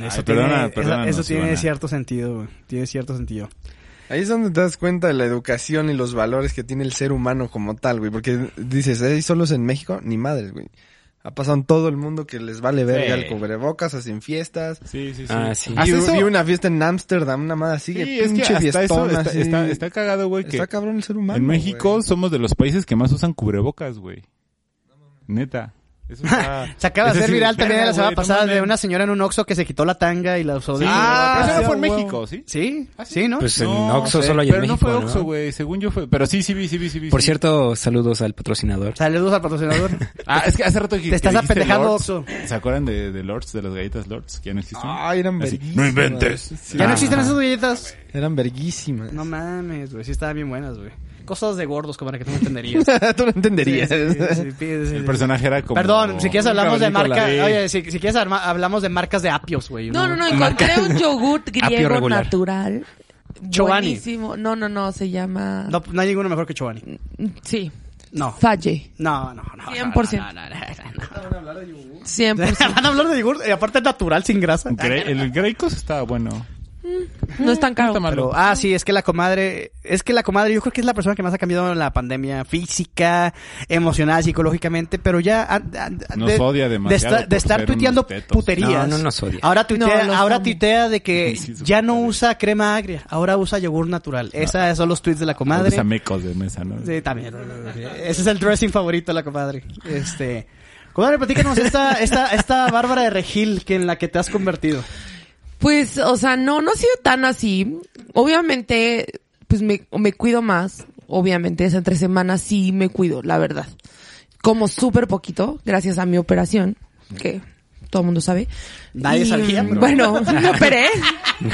Ay, perdona,
tiene-
perdona,
eso
nos,
tiene
Ivana.
cierto sentido, güey. Tiene cierto sentido.
Ahí es donde te das cuenta de la educación y los valores que tiene el ser humano como tal, güey. Porque dices, ¿eh? ¿Solos en México? Ni madres, güey. Ha pasado en todo el mundo que les vale verga
Sí.
el cubrebocas, hacen fiestas.
Sí, sí, sí.
Ah, sí.
¿Haz
Vi,
eso?
vi una fiesta en Ámsterdam, una madre así,
Sí,
que
es que
pinche
hasta eso
fiestón,
está,
así.
está, está cagado, güey, que
Está cabrón el ser humano,
en México
güey.
somos de los países que más usan cubrebocas, güey. Neta. Eso está-
Se acaba de
Eso
hacer
sí,
viral también
verga,
la semana
güey, no
pasada de
mames.
una señora en un Oxxo que se quitó la tanga y la usó
Sí,
de-
pero eso no
Ah,
fue en
huevo.
México, ¿sí?
Sí, sí, ¿no?
Pues en Oxxo solo hay en
Pero no
México,
fue
¿no?
Oxxo, güey. Según yo fue... Pero sí, sí vi, sí vi, sí vi.
Por
sí.
cierto, saludos al patrocinador.
Saludos al patrocinador.
Ah, es que hace rato que que
estás
dijiste
apendejando,
Lords.
Oxxo.
¿Se acuerdan de, de Lords, de las galletas Lords? Que ya no existen.
Ay, Ah, eran
Así,
verguísimas.
no inventes.
Sí, ah,
ya no existen esas galletas.
Eran verguísimas.
No mames, güey. Sí estaban bien buenas, güey. Cosas de gordos, como para que tú no entenderías.
Tú no entenderías.
Sí, sí, sí, sí.
El personaje era como...
Perdón, si quieres hablamos de
Nicolás.
marca,
Sí.
oye, si, si quieres arma- hablamos de marcas de apios, güey.
No, no, no, encontré un yogurt
Apio
griego
regular.
natural.
Chobani.
Buenísimo. No, no, no, se llama...
No, no hay ninguno mejor que Chobani.
Sí,
No.
Falle.
No, no, no.
100%.
No, no, no, no, no.
100%.
Van a hablar de yogur, y aparte es natural, sin grasa.
Gre- el Greicos estaba bueno.
No es tan
No
caro.
está
Pero,
malo.
ah, sí, es que la comadre, es que la comadre yo creo que es la persona que más ha cambiado en la pandemia física, emocional, psicológicamente, pero ya... ah, ah,
Nos odia demasiado
De, esta- de
por
estar
ser unos
puteando
tetos.
puterías.
No, no nos odia.
Ahora tuitea,
No, los
ahora
amo.
tuitea de que
Sí, su
ya no
comadre.
usa crema agria, ahora usa yogur natural. Esas son los tweets de la comadre.
Los amecos de mesa, ¿no?
Sí, también. Ese es el dressing favorito de la comadre. Este... Comadre, platícanos esta, esta, esta Bárbara de Regil que en la que te has convertido.
Pues, o sea, no, no ha sido tan así. Obviamente, pues me, me cuido más. Obviamente, esas tres semanas sí me cuido, la verdad. Como súper poquito, gracias a mi operación, que todo el mundo sabe.
Nadie sabía, pero-
Bueno, me operé.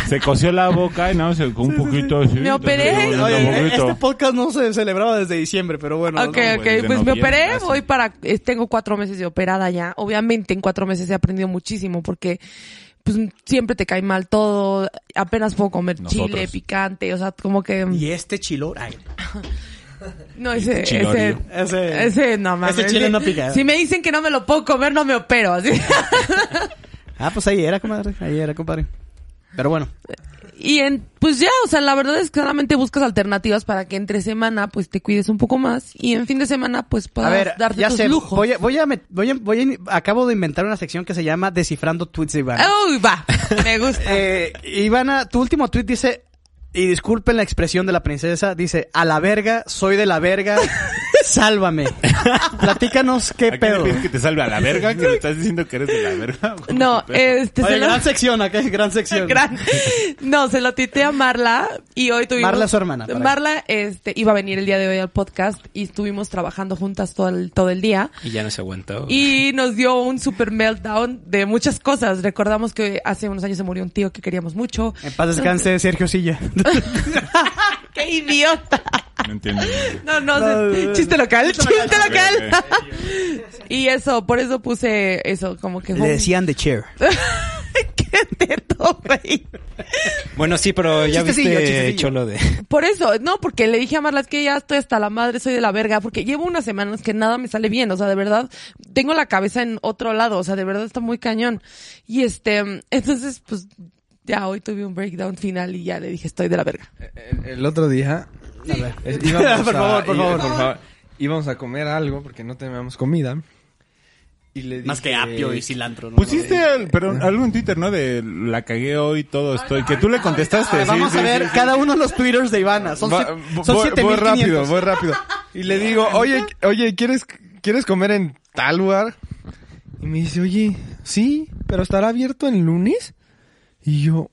Se coció la boca y nada, se con un poquito así.
Me operé.
Entonces,
Oye,
un
este
poquito.
podcast no se celebraba desde diciembre, pero bueno.
Ok,
no,
ok,
desde
pues me
noviembre,
operé,
casi.
voy para, eh, tengo cuatro meses de operada ya. Obviamente en cuatro meses he aprendido muchísimo porque pues siempre te cae mal todo, apenas puedo comer
Nosotros.
chile, picante, o sea, como que...
Y este chilor. Ay,
No, ese, ese,
Chilorio.
Ese-
ese, no mames.
ese chile no pica.
Si me dicen que no me lo puedo comer, no me opero. así.
Ah, pues ahí era, comadre. Ahí era, compadre. Pero bueno.
y en, pues ya, o sea, la verdad es que claramente buscas alternativas para que entre semana, pues te cuides un poco más y en fin de semana, pues
A
puedas
ver,
darte
ya
tus
sé.
lujos.
Voy a, voy a, met- voy a, voy a in- acabo de inventar una sección que se llama Descifrando Tweets de Ivana.
Uy, va, me gusta.
Eh, Ivana, tu último tweet dice, y disculpen la expresión de la princesa, dice, a la verga, soy de la verga, sálvame. Platícanos qué
¿A quién le
pedo.
pides que te salve a la verga? Que le estás diciendo que eres de la verga.
no, este,
Oye,
se lo-
gran sección, acá gran sección.
Gran- No, se lo tité a Marla y hoy tuvimos...
Marla, su hermana, para-
Marla este, iba a venir el día de hoy al podcast y estuvimos trabajando juntas todo el, todo el día.
Y ya no se aguantó.
Y nos dio un super meltdown de muchas cosas. Recordamos que hace unos años se murió un tío que queríamos mucho.
En paz descanse, Sergio Silla.
¡Qué idiota!
No entiendo.
No, no,
No,
se-
no, no.
chiste local, chiste
local.
local. Y eso, por eso puse eso, como que...
Le decían The Chair.
¡Qué teto, güey!
Bueno, sí, pero ya
Chistecillo,
viste
chistecillo.
Cholo de...
Por eso, no, porque le dije a Marla es que ya estoy hasta la madre, soy de la verga, porque llevo unas semanas que nada me sale bien, o sea, de verdad, tengo la cabeza en otro lado, o sea, de verdad está muy cañón. Y este, entonces, pues, ya hoy tuve un breakdown final y ya le dije, estoy de la verga.
El, el otro día. eh, es-
Por favor, por
i-
favor.
Íbamos a comer algo porque no teníamos comida. Y le dije,
cilantro.
Pusiste al- pero algo en Twitter, ¿no? De la cagué hoy, todo estoy. Que tú le contestaste. sí,
Vamos
sí,
a ver
sí, sí.
cada uno de los twitters de Ivana. Son,
Va-
si-
voy-
son
voy rápido,
7500.
voy rápido. Y le digo, oye, oye, ¿quieres, ¿quieres comer en tal lugar? Y me dice, oye, sí, pero estará abierto el lunes. Y yo,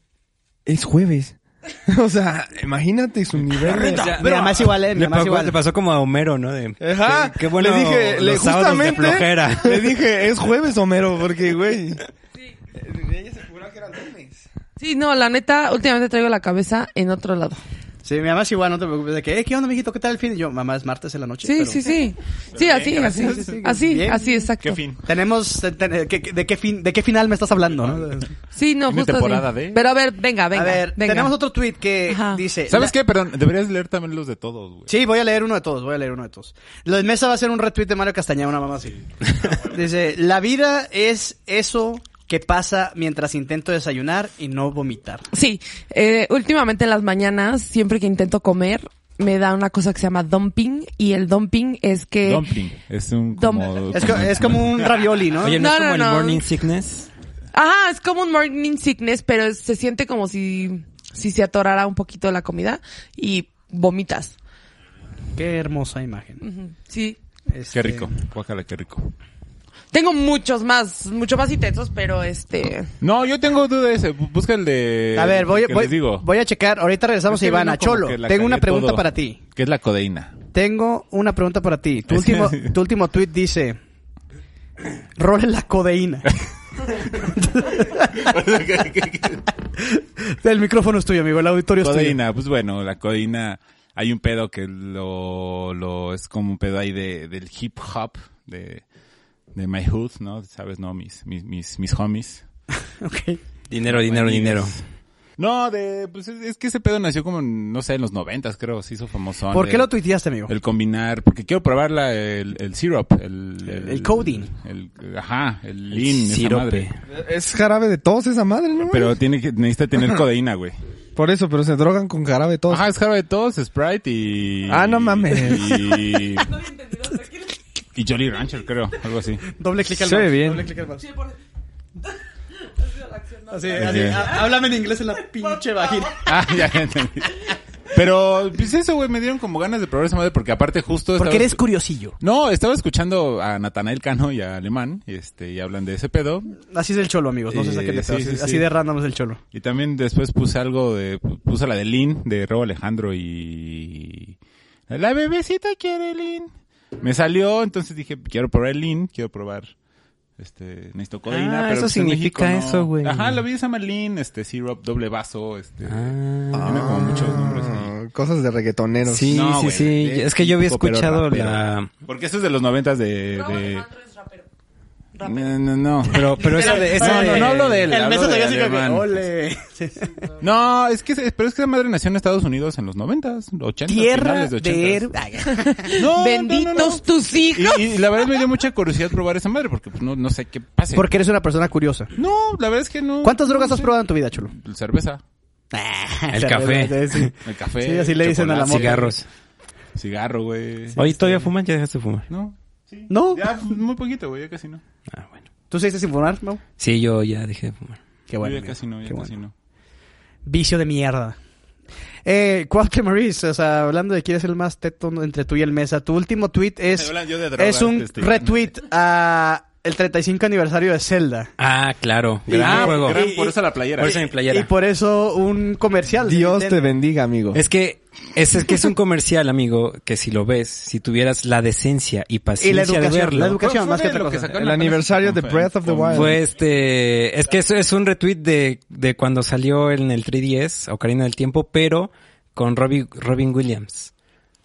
es jueves. o sea, imagínate su nivel de...
O sea,
Mira, más igual, eh,
le
más
pasó-
igual.
Te pasó como a Homero, ¿no? De,
Ajá,
Qué, qué bueno.
le dije, le,
los sábados de
justamente,
flojera.
le dije, es jueves, Homero, porque, güey. Ella se juró que era lunes.
Sí, no, la neta, últimamente traigo la cabeza en otro lado.
Sí, mi mamá es igual, no te preocupes. De que, eh, ¿qué onda, mijito? ¿Qué tal el fin? Y yo, mamá, es martes en la noche.
Sí,
pero-
sí, sí. Sí, así, así,
sí, sí,
así,
bien.
así, exacto.
¿Qué fin?
Tenemos, te- te- ¿qué- de, qué fin, ¿de qué final me estás hablando? ¿no?
Sí,
Tiene
no, justo así.
temporada de-
Pero a ver, venga, venga,
a ver,
venga.
tenemos otro tweet que
Ajá.
dice...
¿Sabes
la-
qué? Perdón, deberías leer también los de todos, güey.
Sí, voy a leer uno de todos, voy a leer uno de todos. Los Mesa va a hacer un retweet de Mario Castañeda, una mamá así. Dice, la vida es eso que pasa mientras intento desayunar y no vomitar.
Sí, eh, últimamente en las mañanas, siempre que intento comer, me da una cosa que se llama dumping y el dumping es que...
Dumpling. Es un como...
Dom-
Eh, Es, co- es como un ravioli, ¿no?
Oye, ¿no,
No,
es como
no,
el
no.
morning sickness?
Ajá, es como un morning sickness, pero es- se siente como si, si se atorara un poquito la comida y vomitas.
Qué hermosa imagen.
Ujú, Sí.
Este,
Qué rico. Guácala, qué rico.
Tengo muchos más, mucho más intensos, pero este...
No, yo tengo duda de ese. Bu- Busca el de...
A ver, voy,
que
voy,
Eh, les digo.
voy a checar. Ahorita regresamos
Es que
a Ivana.
vino como
Cholo,
que la
tengo una
cagué
pregunta
todo.
para ti.
¿Qué es la codeína?
Tengo una pregunta para ti. Tu
Es que-
último, tu último tweet dice: Role la codeína. El micrófono es tuyo, amigo. El auditorio es tuyo.
codeína, pues bueno, la codeína hay un pedo que lo, lo es como un pedo ahí de, del hip hop de, de my hood, ¿no? Sabes, no mis mis mis, mis homies.
Ok.
Dinero, dinero, dinero.
No, de pues es, es que ese pedo nació como en, no sé, en los noventas, creo, se hizo famoso.
¿Por qué
El-
lo tuiteaste, amigo?
El combinar, porque quiero probar la, el, el syrup, el,
El codeine.
el- ajá, el lean, esa
Sirope.
madre.
Es jarabe de tos esa madre, ¿no?
Pero tiene que, necesita tener codeína, güey.
Por eso, pero se drogan con jarabe de tos.
Ajá, es jarabe de tos, Sprite y...
Ah, no mames.
Y... y Jolly Rancher, creo, algo así.
Doble clic al
Se ve
mouse,
bien.
Doble clic al mouse. Así, así.
Sí.
Ha- Háblame en inglés en la pinche vagina.
Ah, ya entendí. Pero, pues eso, güey, me dieron como ganas de probar esa madre porque aparte justo...
Porque
estaba-
eres curiosillo.
No, estaba escuchando a Natanael Cano y a Alemán, y este, y hablan de ese pedo.
Así es el cholo, amigos. No sé
Eh,
qué te
sí,
así,
sí, sí.
así de random es el cholo.
Y también después puse algo de, puse la de Lin, de Robo Alejandro y... La bebecita quiere Lin. Me salió, entonces dije, quiero probar Lin, quiero probar, este, necesito
Ah,
codina. pero
eso
pues en
significa
México no.
eso, güey.
Ajá, la vida se llama Lin, este, syrup, doble vaso, este.
Ah.
Tiene como muchos nombres ahí.
Ah, Cosas de reggaetoneros.
Sí,
No,
sí,
güey,
sí.
de-
Es que yo había
tipo, pero
escuchado
rapero.
la...
Porque eso es de los noventas de...
Robo
de-
Alejandro es rapero. Rapero.
No, no, no, pero, pero esa de, esa
No,
de-
no, no hablo
de él. hablo de Alemán.
ole.
No, es que, pero es que esa madre nació en Estados Unidos en los noventas, ochentas,
Tierra
finales de
de...
ochentas.
her- Ay,
No, no,
Benditos
no, no.
tus hijos.
Y, y la verdad me dio mucha curiosidad probar esa madre porque pues, no, no sé qué pase.
Porque eres una persona curiosa.
No, la verdad es que no.
¿Cuántas drogas
no
has
sé.
probado en tu vida, chulo?
Cerveza,
El café.
Sí,
el café,
Sí, así le dicen a la
chocolate,
moto.
Cigarros.
cigarro, güey.
Oye, ¿todavía fumas? ¿Ya dejaste de fumar?
No. Sí.
¿No?
Ya pues, muy poquito, güey, ya casi no.
Ah, bueno.
¿Tú seguiste sin fumar, no?
Sí, yo ya dejé de fumar.
Qué
ya
amigo,
casi no, ya
qué
casi
bueno.
no.
Vicio de mierda. Eh, Cuauhtémoc Maurice, o sea, hablando de quién es el más teto entre tú y el Mesa, tu último tweet es,
Hablan yo de drogas,
es un
este.
retweet a el 35 aniversario de Zelda.
Ah, claro. Gran
Ah,
juego.
gran, por eso la playera.
Por eso mi playera.
Y por eso un comercial. de
Dios te
Nintendo.
bendiga, amigo.
Es que es, es que es un comercial, amigo, que si lo ves, si tuvieras la decencia y
Y la
paciencia de
educación,
verlo,
la educación
Fue-
más
fue
que
de
otra
lo que
cosa.
sacaron
El
apenas
aniversario de
con-
Breath of the
con-
Wild.
fue este, es que eso es un retweet de, de cuando salió en el 3DS, Ocarina del Tiempo, pero con Robbie, Robin Williams.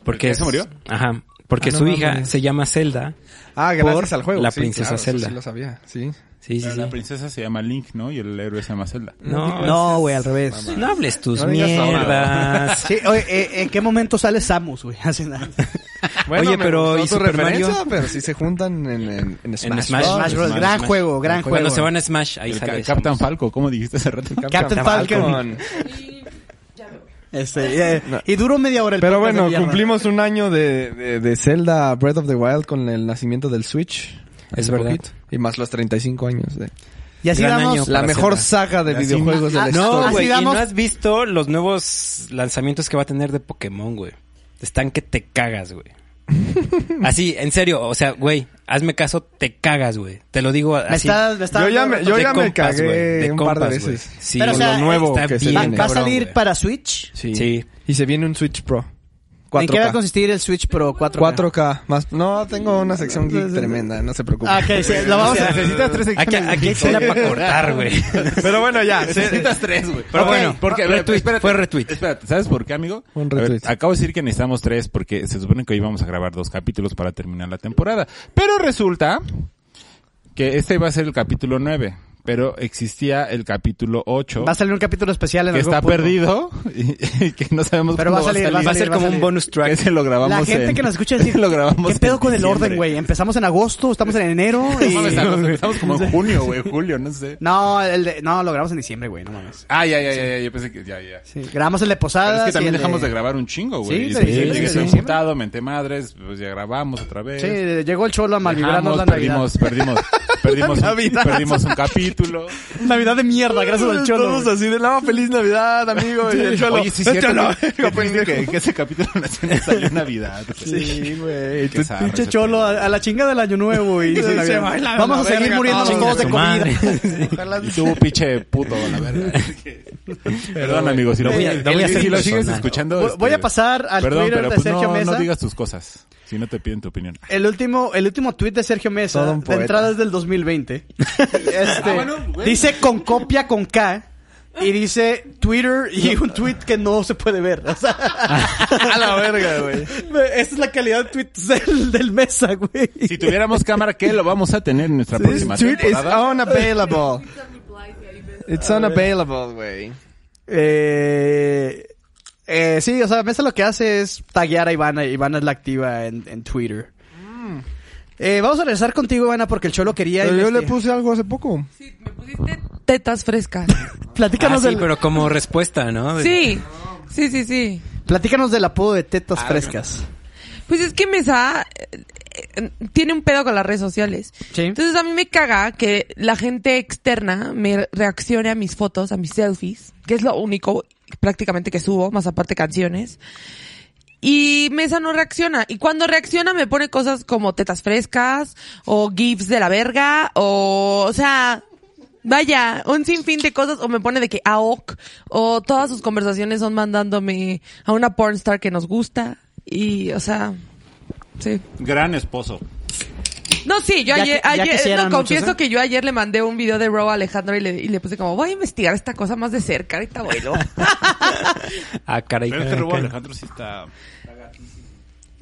Porque
¿El que se
es-
murió?
Ajá, porque
Ah, no
su
mames.
hija se llama Zelda.
ah, gracias al juego.
la
Sí,
princesa
claro, eso
Zelda.
Sí, lo sabía, sí.
Sí, sí,
Pero
sí.
La princesa se llama Link, ¿no? Y el héroe se llama Zelda.
No,
No, güey, al revés.
no hables tus
No digas ahora.
mierdas.
Sí, oye, eh, ¿en qué momento sale Samus, güey? Hace nada.
Oye,
me
pero,
gustó
¿y
tu
Super
referencia,
Mario?
Pero sí se juntan en, en, en Smash,
Smash,
Bros.
Smash Bros.
Smash,
Gran
Smash.
juego, gran juego.
Cuando se van a Smash, ahí
El
sale.
Ca-
esa
Captain
música.
Falco, ¿cómo dijiste hace rato?
Captain Falcon. Este, eh, Y duró media hora el
Pero
podcast de
bueno,
mierda.
cumplimos un año de, de, de Zelda Breath of the Wild con el nacimiento del Switch.
Es
Hace
verdad.
Y más los 35 años de...
Y así
Gran
damos...
año
La
para
mejor
Zelda.
saga de
Así-
videojuegos de
Ah,
la
no,
historia.
No,
Así
güey, y
damos-
no has visto los nuevos lanzamientos que va a tener de Pokémon, güey. Están que te cagas, güey. Así, en serio, o sea, güey, hazme caso, te cagas, güey. Te lo digo
Me
así.
está, me está
Yo ya
dando-
me- yo
De
ya
compas,
cagué
güey, de
un par de
compas, güey.
veces.
Sí,
Pero, o
güey,
sea,
lo nuevo
está
que se
bien
Va,
viene,
va a
cabrón,
salir
güey.
para Switch.
Sí.
Sí.
Y se viene un Switch Pro. 4K.
¿En qué va a consistir el Switch Pro 4?
4K. Más... No, tengo una sección geek tremenda, no se preocupen.
Ah, que se- lo
O
vamos
sea,
a...
necesitas tres
Aquí,
secciones.
aquí hay tela para cortar, güey.
Pero bueno, ya.
Necesitas tres, güey.
Pero
Ok,
bueno,
porque
retweet,
espérate,
fue retweet.
Espérate, ¿sabes por qué, amigo?
Un
A ver,
retweet.
acabo de decir que necesitamos tres porque se supone que hoy vamos a grabar dos capítulos para terminar la temporada. Pero resulta que este iba a ser el capítulo nueve, pero existía el capítulo ocho
Va a salir un capítulo especial en
que
algún
está
punto.
perdido y, y que no sabemos
Pero
cuándo
va a salir,
Va a ser
va a
como un
salir.
bonus
Que
track.
se lo grabamos
La gente
en-
que nos escucha decir,
lo grabamos
¿qué pedo
en
con el
diciembre?
orden, güey? Empezamos en agosto, estamos en enero
No
y...
mames, Estamos como en junio, güey, julio, no sé.
No, el de- no, lo grabamos en diciembre, güey, no mames.
Ah, ya, ya, ya, ya, yo pensé que ya, ya.
Sí, grabamos el de
Pero
Posadas
es que también
y el
dejamos de grabar un chingo, güey.
Sí,
Y
sí,
después
sí,
llegué
sí,
todo
sí.
emputado, menté madres, pues ya grabamos otra vez.
Sí, llegó el cholo a malvibrarnos
Dejamos,
la Navidad.
perdimos, perdimos, perdimos,
La Navidad.
perdimos un capítulo.
Navidad de mierda, gracias al cholo.
Todos
güey.
así de no, feliz Navidad, amigo. Y el cholo.
Oye, sí, es
el
cierto.
cholo.
que- que dicen que, que ese capítulo nacional salió en Navidad.
Sí, güey.
Qué
Pinche
zarra
pinche
ese
cholo, a, a la chinga del año nuevo y
se
Navidad.
baila la
Vamos a seguir
verga
muriendo
todos.
todos de
Su
comida.
madre.
Y tú, pinche puto, la verdad. Perdón, amigo, si lo,
Voy a-
si
voy a
si
seguir
lo sigues
sonando.
escuchando.
Voy-
este,
Voy a pasar al
Perdón,
Twitter
pero
de
pues
Sergio
no,
Mesa.
no digas tus cosas. Si no te piden tu opinión.
El último, el último tweet de Sergio
Todo
Mesa,
un
de
poeta.
entradas del 2020, este,
Ah, bueno, güey.
dice con copia con K y dice Twitter y un tweet que no se puede ver. O sea,
A la verga, güey.
esa es la calidad de tweets del, del Mesa, güey.
Si tuviéramos cámara, ¿qué? Lo vamos a tener en nuestra
This
próxima
tweet is
temporada.
unavailable. It's unavailable, güey.
Eh, eh, sí, o sea, Mesa lo que hace es taguear a Ivana. Ivana es la activa en, en Twitter. Eh, vamos a regresar contigo, Ivana, porque el Cholo quería...
Pero yo le
investi-
puse algo hace poco.
Sí, me pusiste tetas frescas.
Platícanos,
Ah, sí,
del,
pero como respuesta, ¿no? De-
Sí, sí, sí, sí.
platícanos del apodo de tetas frescas.
Pues es que Mesa eh, eh, tiene un pedo con las redes sociales.
Sí.
Entonces a mí me caga que la gente externa me reaccione a mis fotos, a mis selfies, que es lo único prácticamente que subo, más aparte canciones. Y Mesa no reacciona. Y cuando reacciona me pone cosas como tetas frescas, o gifs de la verga, o, o sea, vaya, un sinfín de cosas, o me pone de que AOC, o todas sus conversaciones son mandándome a una pornstar que nos gusta, y, o sea, sí.
Gran esposo.
No, sí, yo
Ya
ayer,
que- ya
ayer-
quisieran
no,
muchos,
confieso
¿eh?
que yo ayer le mandé un video de Rob a Alejandro y le, y le puse como, voy a investigar esta cosa más de cerca, ahorita vuelo.
Ah, caray.
Pero este
caray,
robo
caray.
Alejandro sí está...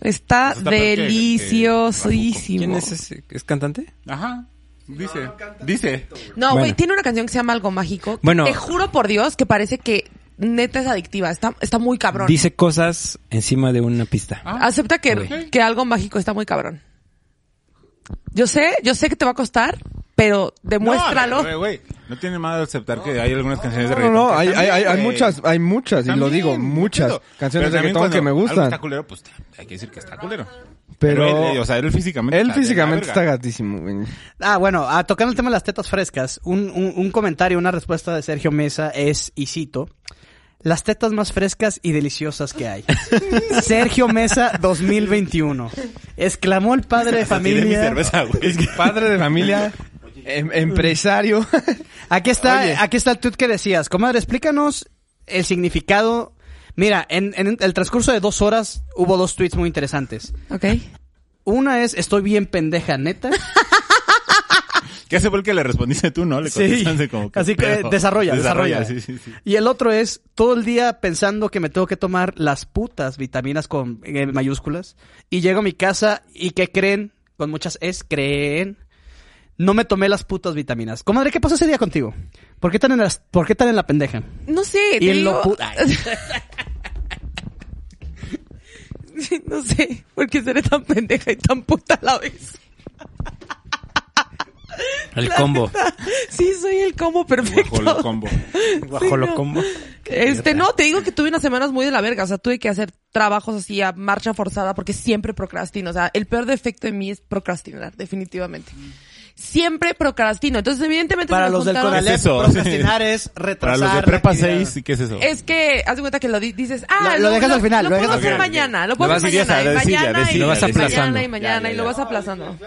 Está
Eso está peor que- que
deliciosísimo.
¿Quién es ese? ¿Es cantante?
Ajá. Dice. dice.
No, güey,
Bueno.
tiene una canción que se llama Algo Mágico.
Bueno.
Te juro por Dios que parece que neta es adictiva. Está, está muy cabrón.
Dice cosas encima de una pista.
Ah.
Ah.
Acepta que,
Ok.
que Algo Mágico está muy cabrón. Yo sé, yo sé que te va a costar, pero demuéstralo.
No, güey, güey. No tiene nada de aceptar que hay algunas canciones de
No,
reggaetón.
no, no,
que
hay,
están
hay, hay,
bien,
hay
güey.
muchas, hay muchas, y lo
También,
digo,
entiendo.
muchas canciones
Pero
de
también
reggaetón que
cuando
me
Algo está
gustan.
culero, pues hay que decir que está culero.
Pero-
él, eh, o sea, él físicamente
Él
está de la
físicamente está
verga.
gatísimo, güey.
Ah, bueno, a tocando el tema de las tetas frescas, un, un- un comentario, una respuesta de Sergio Mesa es, y cito, las tetas más frescas y deliciosas que hay. Sergio Mesa 2021. Exclamó el padre de
Hasta tiré mi
familia.
cerveza, güey.
Padre de familia, em- empresario.
Aquí está,
Oye.
aquí está el tweet que decías. Comadre, explícanos el significado. Mira, en, en el transcurso de dos horas hubo dos tweets muy interesantes.
Ok.
Una es, estoy bien pendeja, neta.
Que ese fue el que le respondiste tú, ¿no? Le contestaste como que
Así que
pedo.
desarrolla, desarrolla.
Sí, sí, sí.
Y el otro es todo el día pensando que me tengo que tomar las putas vitaminas con eh, mayúsculas y llego a mi casa y que creen, con muchas es, creen, no me tomé las putas vitaminas. Comadre, ¿qué pasó ese día contigo? ¿Por qué tan en las, por qué tan en la pendeja?
No sé, te
Y lo
digo-
pu- Ay.
no sé por qué seré tan pendeja y tan puta a la vez.
El combo.
Sí, soy el combo perfecto.
Bajo el combo.
Guajolo
no.
combo.
Este, no, te digo que tuve unas semanas muy de la verga. O sea, tuve que hacer trabajos así a marcha forzada porque siempre procrastino. O sea, el peor defecto de mí es procrastinar, definitivamente. Siempre procrastino. Entonces, evidentemente,
Para
se me
los del
juntaron-
Conalep,
Es eso.
procrastinar es
Para
retrasar.
los de prepa
la actividad.
6, ¿qué es eso?
Es que, haz de cuenta que lo di- dices, ah,
Lo- lo dejas al final,
Lo,
lo dejas
puedo
al
hacer
final.
mañana, lo
Lo
puedo
vas
hacer
a
mañana,
decir, a
y mañana,
decir,
y
lo vas
mañana,
aplazando.
y mañana,
Ya,
y
ya,
lo
ya.
vas aplazando.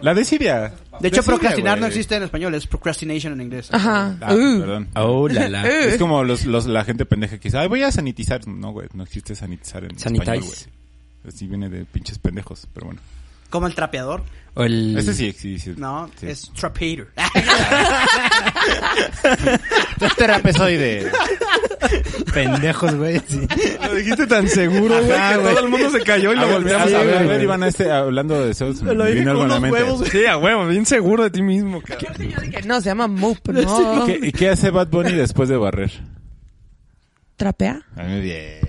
La desidia.
De hecho, procrastinar no existe en español, es procrastination en inglés.
Ajá.
Ah,
Uh.
perdón.
Oh, la la.
Eh.
Es como los, los, la gente pendeja que dice, ay, voy a sanitizar. No, güey, no existe sanitizar en
Sanitize.
español, güey. Así viene de pinches pendejos, pero bueno.
Como el trapeador.
O el...
Ese sí existe.
No,
Sí.
es trapeator.
trapezoide.
pendejos, güey.
Lo dijiste tan seguro, güey,
Ajá,
que
güey.
todo el mundo se cayó y
Ah,
lo volteamos
volteamos a ver, a ver,
güey.
Iván, este, hablando de deseos.
Lo dije
vino algo
con
a la
unos
mente.
huevos, güey.
Sí, a huevo, bien seguro de ti mismo, cabrón.
Yo dije, no, se llama Moop, no.
¿Qué, ¿Qué hace Bad Bunny después de barrer?
¿Trapea?
Muy bien.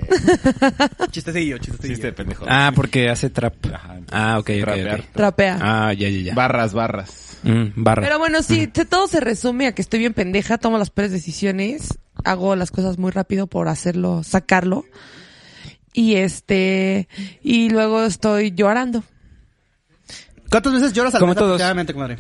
Chistecillo, chistecillo.
Chiste de este pendejo.
Ah, porque hace trap.
Ajá.
Ah, ok, ok,
Rapear.
ok.
Trapea.
Ah, ya, ya, ya.
Barras, barras.
Mm, barra.
Pero bueno, sí, te- todo se resume a que estoy bien pendeja, tomo las peores decisiones, hago las cosas muy rápido por hacerlo, sacarlo. Y este, y luego estoy llorando.
¿Cuántas veces lloras al
Como
mes
todos.
aproximadamente, comadre?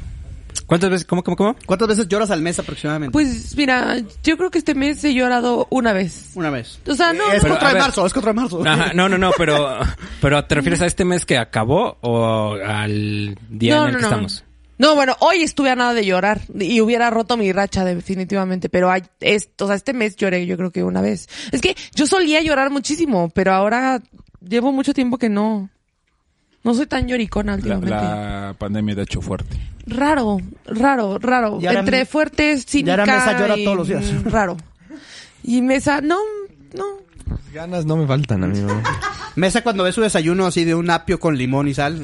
¿Cuántas veces? ¿Cómo, cómo, cómo?
¿Cuántas veces lloras al mes aproximadamente?
Pues mira, yo creo que este mes he llorado una vez.
una vez.
O sea, no,
es
no,
pero-
contra
a
de
ver.
marzo, es contra de marzo.
Ajá, no, no, no, pero, pero ¿te refieres a este mes que acabó o al día
no,
en el
no,
que
no.
estamos?
No, bueno, hoy estuve a nada de llorar y hubiera roto mi racha definitivamente, pero hay, es- o sea, este mes lloré yo creo que una vez. Es que yo solía llorar muchísimo, pero ahora llevo mucho tiempo que no. No soy tan lloricona
La,
últimamente.
la pandemia te ha hecho fuerte.
Raro, raro, raro.
Y ahora-
Entre fuertes,
y
cínica
ahora Mesa llora
y,
todos los días.
mm, Raro. Y Mesa, no, no.
Las ganas no me faltan, amigo.
Mesa cuando ve su desayuno así de un apio con limón y sal.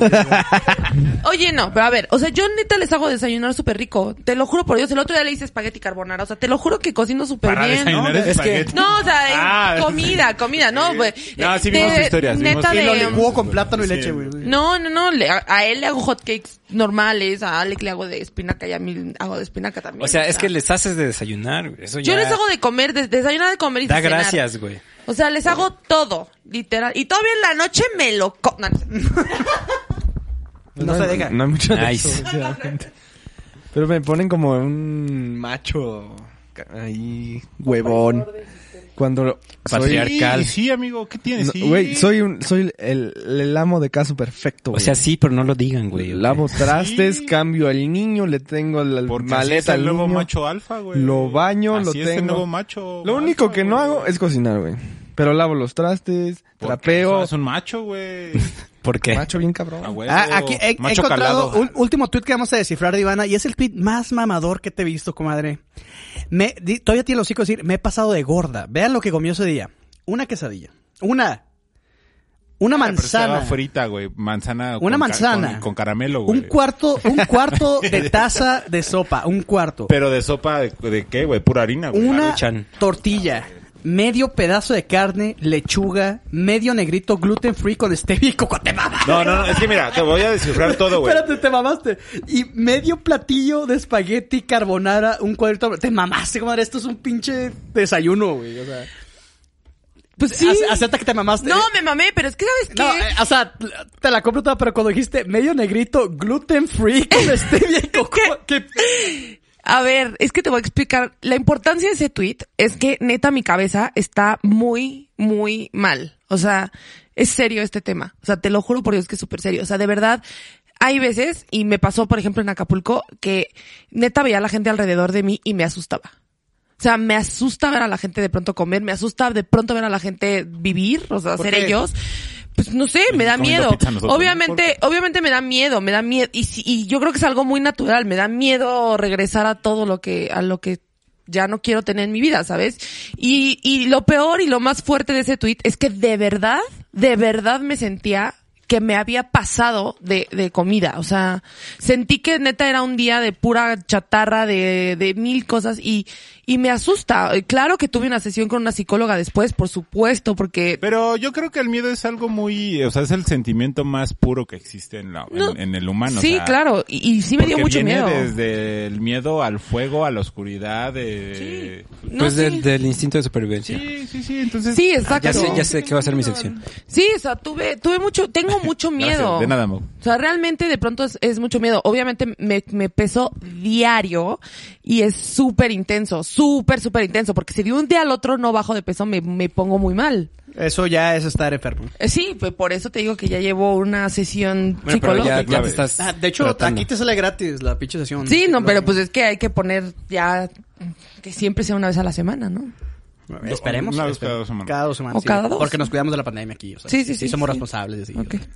Oye, no, pero a ver, o sea, yo neta les hago desayunar súper rico. Te lo juro por Dios, el otro día le hice espagueti carbonara. O sea, te lo juro que cocino súper
Para
bien.
desayunar es que...
No, o sea, en comida, comida, no, güey.
No, sí
De-
vimos tu historia, sí
Neta
vimos-
de...
Y lo
Hubo con plátano y
Sí.
leche, güey. güey.
No, no, no, le- a, a él le hago hotcakes normales, a Alec le hago de espinaca y a mí hago de espinaca también.
O sea, es que les haces de desayunar. güey. Eso
Yo
ya
les hago de comer, de, desayunar, de comer y de
Da
cenar.
gracias, güey.
O sea, les hago todo, literal. Y todavía en la noche me lo... co- no, no.
No se
hay-
deja.
No hay mucho de
Nice.
eso, últimamente. Pero me ponen como un macho ca- ahí, huevón. Cuando soy-
Patriarcal.
Sí, sí, amigo, ¿qué tienes?
No,
Sí.
Güey, soy un, soy el, el amo de caso perfecto,
O
güey.
sea, sí, pero no lo digan, güey.
lavo trastes,
Sí.
cambio al niño, le tengo la
Porque así es
maleta
el
al
nuevo
niño.
macho alfa, güey.
Lo baño,
Así
lo
es el
tengo.
nuevo macho.
Lo
alfa,
único que no
güey.
hago es cocinar, güey. Pero lavo los trastes,
Porque
trapeo,
Es un macho, güey.
¿Por qué?
macho bien cabrón.
A huevo.
Ah, aquí he, he
macho
encontrado
calado.
un último tweet que vamos a descifrar de Ivana y es el tweet más mamador que te he visto, comadre. Me, di- todavía tiene los hocico decir, me he pasado de gorda. Vean lo que comió ese día. Una quesadilla. Una. Una
Ah, pero estaba
manzana.
frita, güey. Manzana.
Una
con ca-
manzana.
Con, con caramelo, güey.
Un cuarto, un cuarto de taza de sopa. Un cuarto.
Pero de sopa de, de qué, güey? Pura harina, güey.
Una
Maruchan.
tortilla, medio pedazo de carne, lechuga, medio negrito gluten free con stevia y cocotebaba.
No, no, no. Es que mira, te voy a descifrar todo, güey.
Espérate, te mamaste. Y medio platillo de espagueti carbonara, un cuadrito. Te mamaste, comadre. Esto es un pinche desayuno, güey. O sea,
Pues sí.
Ace- acepta que te mamaste.
No, me mamé, pero es que ¿sabes qué?
No, eh, o sea, te la compro toda, pero cuando dijiste medio negrito, gluten free, con stevia y coco, que
A ver, es que te voy a explicar. La importancia de ese tweet es que neta mi cabeza está muy, muy mal. O sea, es serio este tema. O sea, te lo juro por Dios que es súper serio. O sea, de verdad, hay veces, y me pasó, por ejemplo, en Acapulco, que neta veía a la gente alrededor de mí y me asustaba. O sea, me asusta ver a la gente de pronto comer, me asusta de pronto ver a la gente vivir, o sea,
¿Por
ser
qué?
ellos. Pues no sé, me da
Comiendo
miedo.
pizza nosotros,
Obviamente, Eh, obviamente me da miedo, me da miedo. Y, si- y yo creo que es algo muy natural, me da miedo regresar a todo lo que, a lo que ya no quiero tener en mi vida, ¿sabes? Y, y lo peor y lo más fuerte de ese tweet es que de verdad, de verdad me sentía que me había pasado de, de comida. O sea, sentí que neta era un día de pura chatarra, de, de mil cosas y, y me asusta. Claro que tuve una sesión con una psicóloga después, por supuesto, porque
Pero yo creo que el miedo es algo muy, o sea, es el sentimiento más puro que existe en, la- en-
No.
en, el humano. o
sí,
sea,
claro, y, y sí me dio
porque
mucho
viene
miedo.
Desde el miedo al fuego, a la oscuridad. De...
Sí. No,
Pues
sí.
del, del instinto de supervivencia.
sí, sí, sí, Entonces,
Sí, exacto.
Ya sé, ya sé que va a ser mi sección.
Sí, o sea, tuve, tuve mucho, tengo mucho
Gracias,
miedo.
de nada, Mau.
O sea, realmente de pronto es, es mucho miedo. Obviamente me, me peso diario y es súper intenso, súper, súper intenso, porque si de un día al otro no bajo de peso me, me pongo muy mal.
Eso ya es estar enfermo.
Eh, Sí, pues por eso te digo que ya llevo una sesión
Bueno, pero ya,
psicológica.
ya te estás.
Ah, de hecho,
tratando.
aquí te sale gratis la pinche sesión.
Sí, no, pero
Lo-
pues es que hay que poner ya que siempre sea una vez a la semana, ¿no?
Esperemos.
Eh, Una vez
esperemos.
cada dos semanas.
Cada dos semanas,
O
sí,
cada dos.
Porque nos cuidamos de la pandemia aquí. O sea,
Sí, sí, sí,
somos
sí.
responsables. y así,
Ok.
o sea.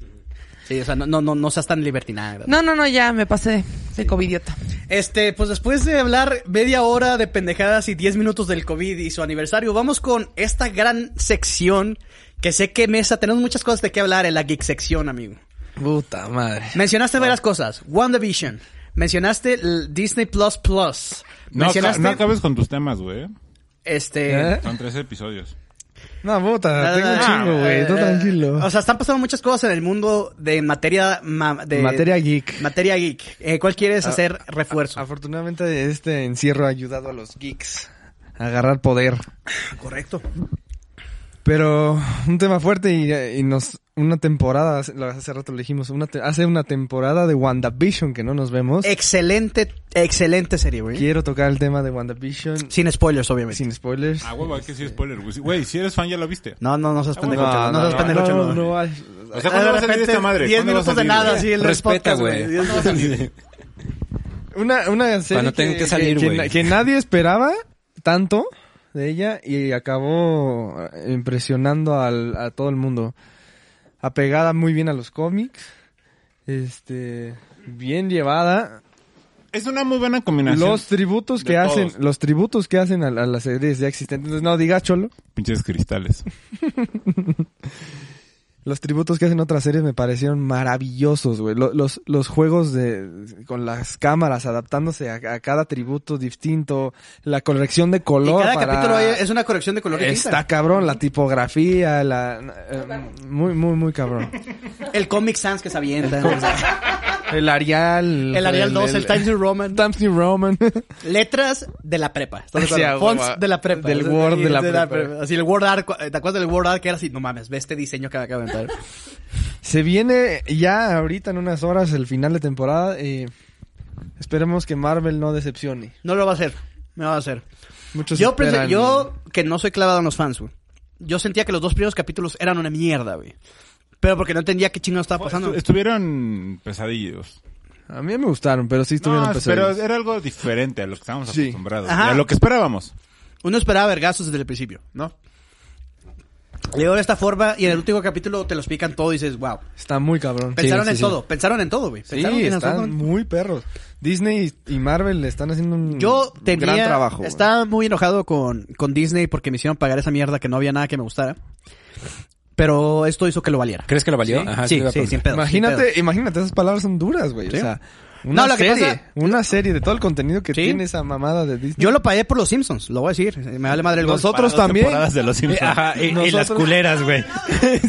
Sí, o sea, no, no, no, no seas tan libertinada.
No, no, no, ya me pasé de covidiota.
Este, pues después de hablar media hora de pendejadas y 10 minutos del COVID y su aniversario, vamos con esta gran sección que sé que mesa, tenemos muchas cosas de qué hablar en la geek sección, amigo.
Puta madre.
Mencionaste varias cosas. WandaVision. Mencionaste el Disney Plus Plus.
No, aca-
mencionaste
no acabes con tus temas, güey.
este
¿Eh?
Son tres episodios.
No, puta,
Ah,
tengo un
ah,
chingo,
eh,
güey. Tú
eh,
tranquilo.
O sea, están pasando muchas cosas en el mundo de materia ma- de
Materia geek.
Materia geek. Eh, ¿Cuál quieres
Ah,
A-
hacer refuerzo?
Afortunadamente este encierro ha ayudado a los geeks a agarrar poder.
ah,
Correcto.
Pero un tema fuerte y, y nos una temporada, hace- lo- hace rato lo dijimos, una te- hace una temporada de WandaVision que no nos vemos.
Excelente, excelente serie, güey.
Quiero tocar el tema de WandaVision
Sin spoilers, obviamente.
sin spoilers.
Ah, huevo, hay que sí spoiler, güey. Güey, si eres fan ya lo viste.
No, no, no
Ah,
seas pendejo, Cholo, no, seas pendejo,
no,
Cholo.
no, no, ay,
O sea, ¿cuándo va a salir esta madre?
10
¿Cuándo va a
minutos de
salir,
nada,
güey?
sí, el
Respeta,
podcast,
güey.
Diez minutos de nada.
Una, una serie
no tener que salir,
que,
güey.
na- que nadie esperaba tanto de ella y acabó eh, impresionando al- a todo el mundo. Apegada muy bien a los cómics, este, bien llevada.
Es una muy buena combinación.
Los tributos
de
que hacen,
todos.
los tributos que hacen a, la- a las series ya existentes. Entonces, no digas cholo.
Pinches cristales.
Los tributos que hacen otras series me parecieron maravillosos, güey. Lo- Los, los juegos de, con las cámaras adaptándose a, a cada tributo distinto, la corrección de
Y
color.
cada
para-
capítulo es una corrección de color
Está
distinta.
cabrón, la tipografía, la... eh, muy, muy, muy cabrón.
El Comic Sans que se avienta.
El Arial.
El Arial 2, el Times New Roman.
Times New Roman.
Letras de la prepa. ¿estás de
Sí,
acuerdo?
a huevo.
Fonts de la prepa.
Del
O sea,
Word
y-
de la prepa.
Así el Word Art. ¿Te acuerdas del Word Art que era así? No mames, ve este diseño que me acaba de aventar.
Se viene ya ahorita en unas horas el final de temporada. eh, esperemos que Marvel no decepcione.
No lo va a hacer. me va a hacer.
Muchos
Yo, pensé-
Pues esperan-
yo, que no soy clavado en los fans, güey. Yo sentía que los dos primeros capítulos eran una mierda, güey. Pero porque no entendía qué chingado estaba pasando.
Estu-
Pues,
estuvieron pesadillos.
A mí me gustaron, pero sí estuvieron
No, pero
pesadillos.
era algo diferente a lo que estábamos
Sí.
acostumbrados.
Ajá.
y A lo que esperábamos,
Uno esperaba vergazos desde el principio.
¿no?
Le dio de esta forma y en el último capítulo te lo explican todo y dices, wow.
Está muy cabrón.
Pensaron
sí,
en
sí.
todo, pensaron en todo, güey.
Sí,
Pensaron en todo.
están muy perros. Disney y Marvel le están haciendo Mm, un
Yo tenía,
gran trabajo. güey.
estaba muy enojado con, con Disney porque me hicieron pagar esa mierda que no había nada que me gustara. Pero esto hizo que lo valiera.
¿Crees que lo valió?
Sí,
Ajá,
sí,
te iba a
sí, sin
preguntar.
pedo.
imagínate,
sin pedo.
imagínate, esas palabras son duras, güey.
Sí.
O sea, una
No, lo que
serie,
pasa-
una serie de todo el contenido que
Sí.
tiene esa mamada de Disney.
Yo lo pagué por los Simpsons, lo voy a decir. Me vale madre el gozo.
Para
Nosotros
dos
también.
temporadas de los Simpsons.
Eh, ajá, y, y las
Nosotros-
culeras, güey.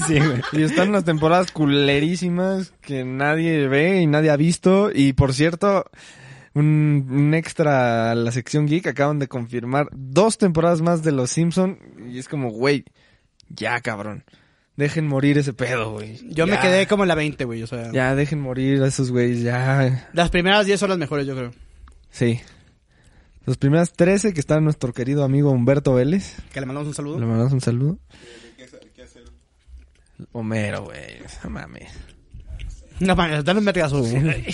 sí, güey.
Y están unas temporadas culerísimas que nadie ve y nadie ha visto. Y por cierto, un, un extra a la sección geek acaban de confirmar dos temporadas más de Los Simpson Y es como, güey, ya cabrón. Dejen morir ese pedo, güey.
Yo me
Ya.
quedé como en la 20, güey. O sea,
Ya, dejen morir a esos güeyes, ya.
las primeras 10 son las mejores, yo creo.
Sí. Los primeras 13 que está nuestro querido amigo Humberto Vélez.
Que le mandamos un
Le
saludo.
mandamos un saludo. Homero, güey. No mames.
No mames, dale un vergazo, güey.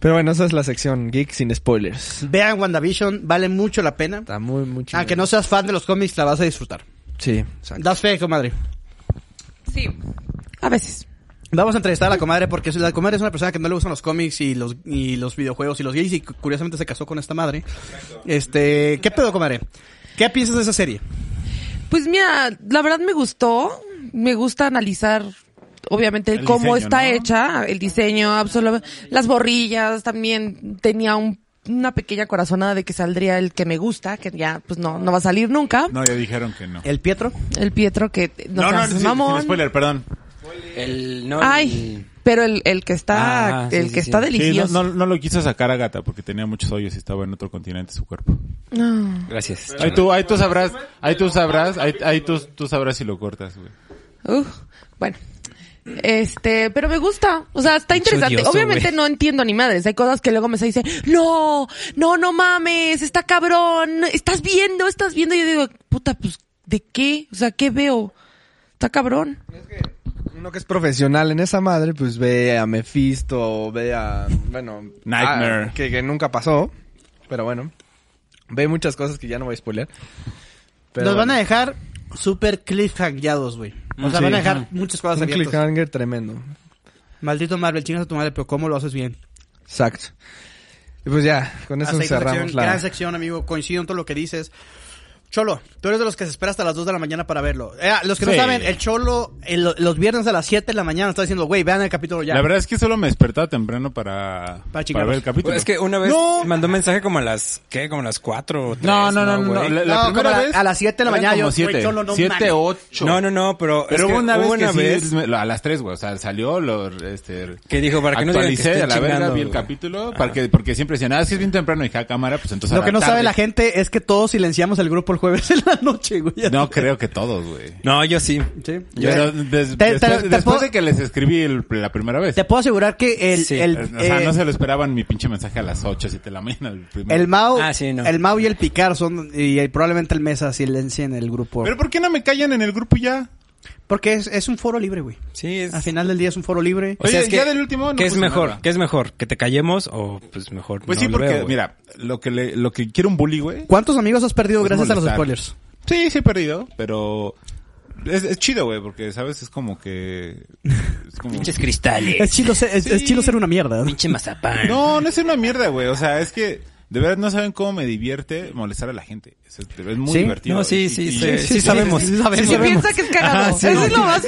Pero bueno, esa es la sección geek sin spoilers.
Vean WandaVision, vale mucho la pena.
Está muy, muy chido.
Aunque Ah, no seas fan de los cómics, la vas a disfrutar.
Sí.
Das fe, comadre.
Sí, a veces.
Vamos a entrevistar a la comadre porque la comadre es una persona que no le gustan los cómics y los, y los videojuegos y los gays y cu- curiosamente se casó con esta madre. Este, ¿qué pedo, comadre? ¿Qué piensas de esa serie?
Pues mira, la verdad me gustó. Me gusta analizar, obviamente,
El
cómo
diseño,
está
¿no?
hecha, el diseño, absolutamente. Las borrillas también tenía un- una pequeña corazonada de que saldría el que me gusta, que ya pues no, no va a salir nunca.
No, ya dijeron que no.
¿El Pietro?
El Pietro que no,
no,
te
no,
haces
sin-
mamón.
sin spoiler, perdón.
El, no,
Ay, pero el, el que está,
Ah, sí,
el
sí,
que
sí.
está
Sí, no,
delicioso.
no- no lo quiso sacar a Gata porque tenía muchos hoyos y estaba en otro continente su cuerpo.
No.
Gracias.
Ahí tú, ahí tú sabrás, ahí tú sabrás, ahí, ahí tú, tú sabrás si lo cortas, güey.
Uf, bueno. Este, pero me gusta. O sea, está interesante.
odioso,
Obviamente
güey.
no entiendo ni madres. Hay cosas que luego me dice, no, no, no mames, está cabrón, estás viendo, estás viendo. Y yo digo, puta, pues, ¿de qué? O sea, ¿qué veo? Está cabrón.
Uno que es profesional en esa madre, pues ve a Mephisto, ve a. Bueno.
Nightmare.
a- que, que nunca pasó. Pero bueno. Ve muchas cosas que ya no voy a spoiler.
Nos van a dejar súper cliffhangueados, güey. O sea,
Sí,
van a dejar
ajá.
muchas cosas
Un
abiertas.
cliffhanger tremendo.
Maldito Marvel, chingas a tu madre, pero ¿cómo lo haces bien?
Exacto. Y pues ya, con eso
Aceite
cerramos
sección,
la.
Gran sección, amigo. Coincido en todo lo que dices. Cholo, tú eres de los que se espera hasta las 2 de la mañana para verlo. Eh, los que no
Sí.
saben, el Cholo el- los viernes a las 7 de la mañana está diciendo, güey, vean el capítulo ya.
La verdad es que solo me despertaba temprano para,
Para
para,
chingarlos.
ver el capítulo.
Es que una vez
pues, No.
mandó un mensaje como a las, ¿qué? Como a las cuatro o tres,
No, no, no, no,
güey?
La, la
No,
primera
como a-
vez.
a las siete de la
eran
mañana yo,
Como
güey,
siete,
Cholo, no mames.
siete, ocho.
No, no, no, pero
Pero
es
hubo
que
una vez
hubo
que sí, me- lo- a las tres, güey. O sea, salió lo, este,
Que dijo, para que no digan que
actualicé
estoy
a la verga,
chingando,
vi el
güey.
capítulo, para que- porque siempre decían, ah, es que es bien temprano, y dije, "Ah, cámara, pues entonces a
Lo que no
tarde".
sabe la gente es que todos silenciamos el grupo el jueves en la noche, güey.
No, creo que todos, güey.
No, yo sí.
Sí.
Pero des-
Te- te-
después,
te
después
puedo-
de que les escribí el- la primera vez.
Te puedo asegurar que el,
Sí,
el,
o sea,
eh,
no se lo esperaban mi pinche mensaje a las 8, 7 de la mañana. El primero.
el Mao,
Ah, sí, no.
el Mao y el Picar son, y, eh, probablemente el Mesa silencien el grupo.
Pero ¿por qué no me callan en el grupo ya?
Porque es, es un foro libre, güey.
Sí, es...
Al final del día es un foro libre.
O sea,
Oye,
es que,
ya del último no
¿Qué es
puse
mejor?
nada.
¿Qué es mejor? ¿Que te callemos o pues mejor
Pues
no
sí,
lo
porque,
veo, güey?
mira, lo que, le, lo que quiere un bully, güey.
¿Cuántos amigos has perdido
Es
gracias a los
molestar.
spoilers?
Sí, sí he perdido, pero es, es chido, güey, porque, ¿sabes? Es como que... Es como...
Pinches cristales.
Es chido ser, es, es chido ser una mierda.
Pinche mazapán.
No, no es una mierda, güey. O sea, es que de verdad no saben cómo me divierte molestar a la gente. Es, es muy
Sí,
divertido.
no, sí,
Y-
sí,
y-
sí,
y-
sí sabemos.
sí sabemos.
Y
Sí
piensa que es cagado.
Ah,
Ajá, sí,
Eso
no.
es lo más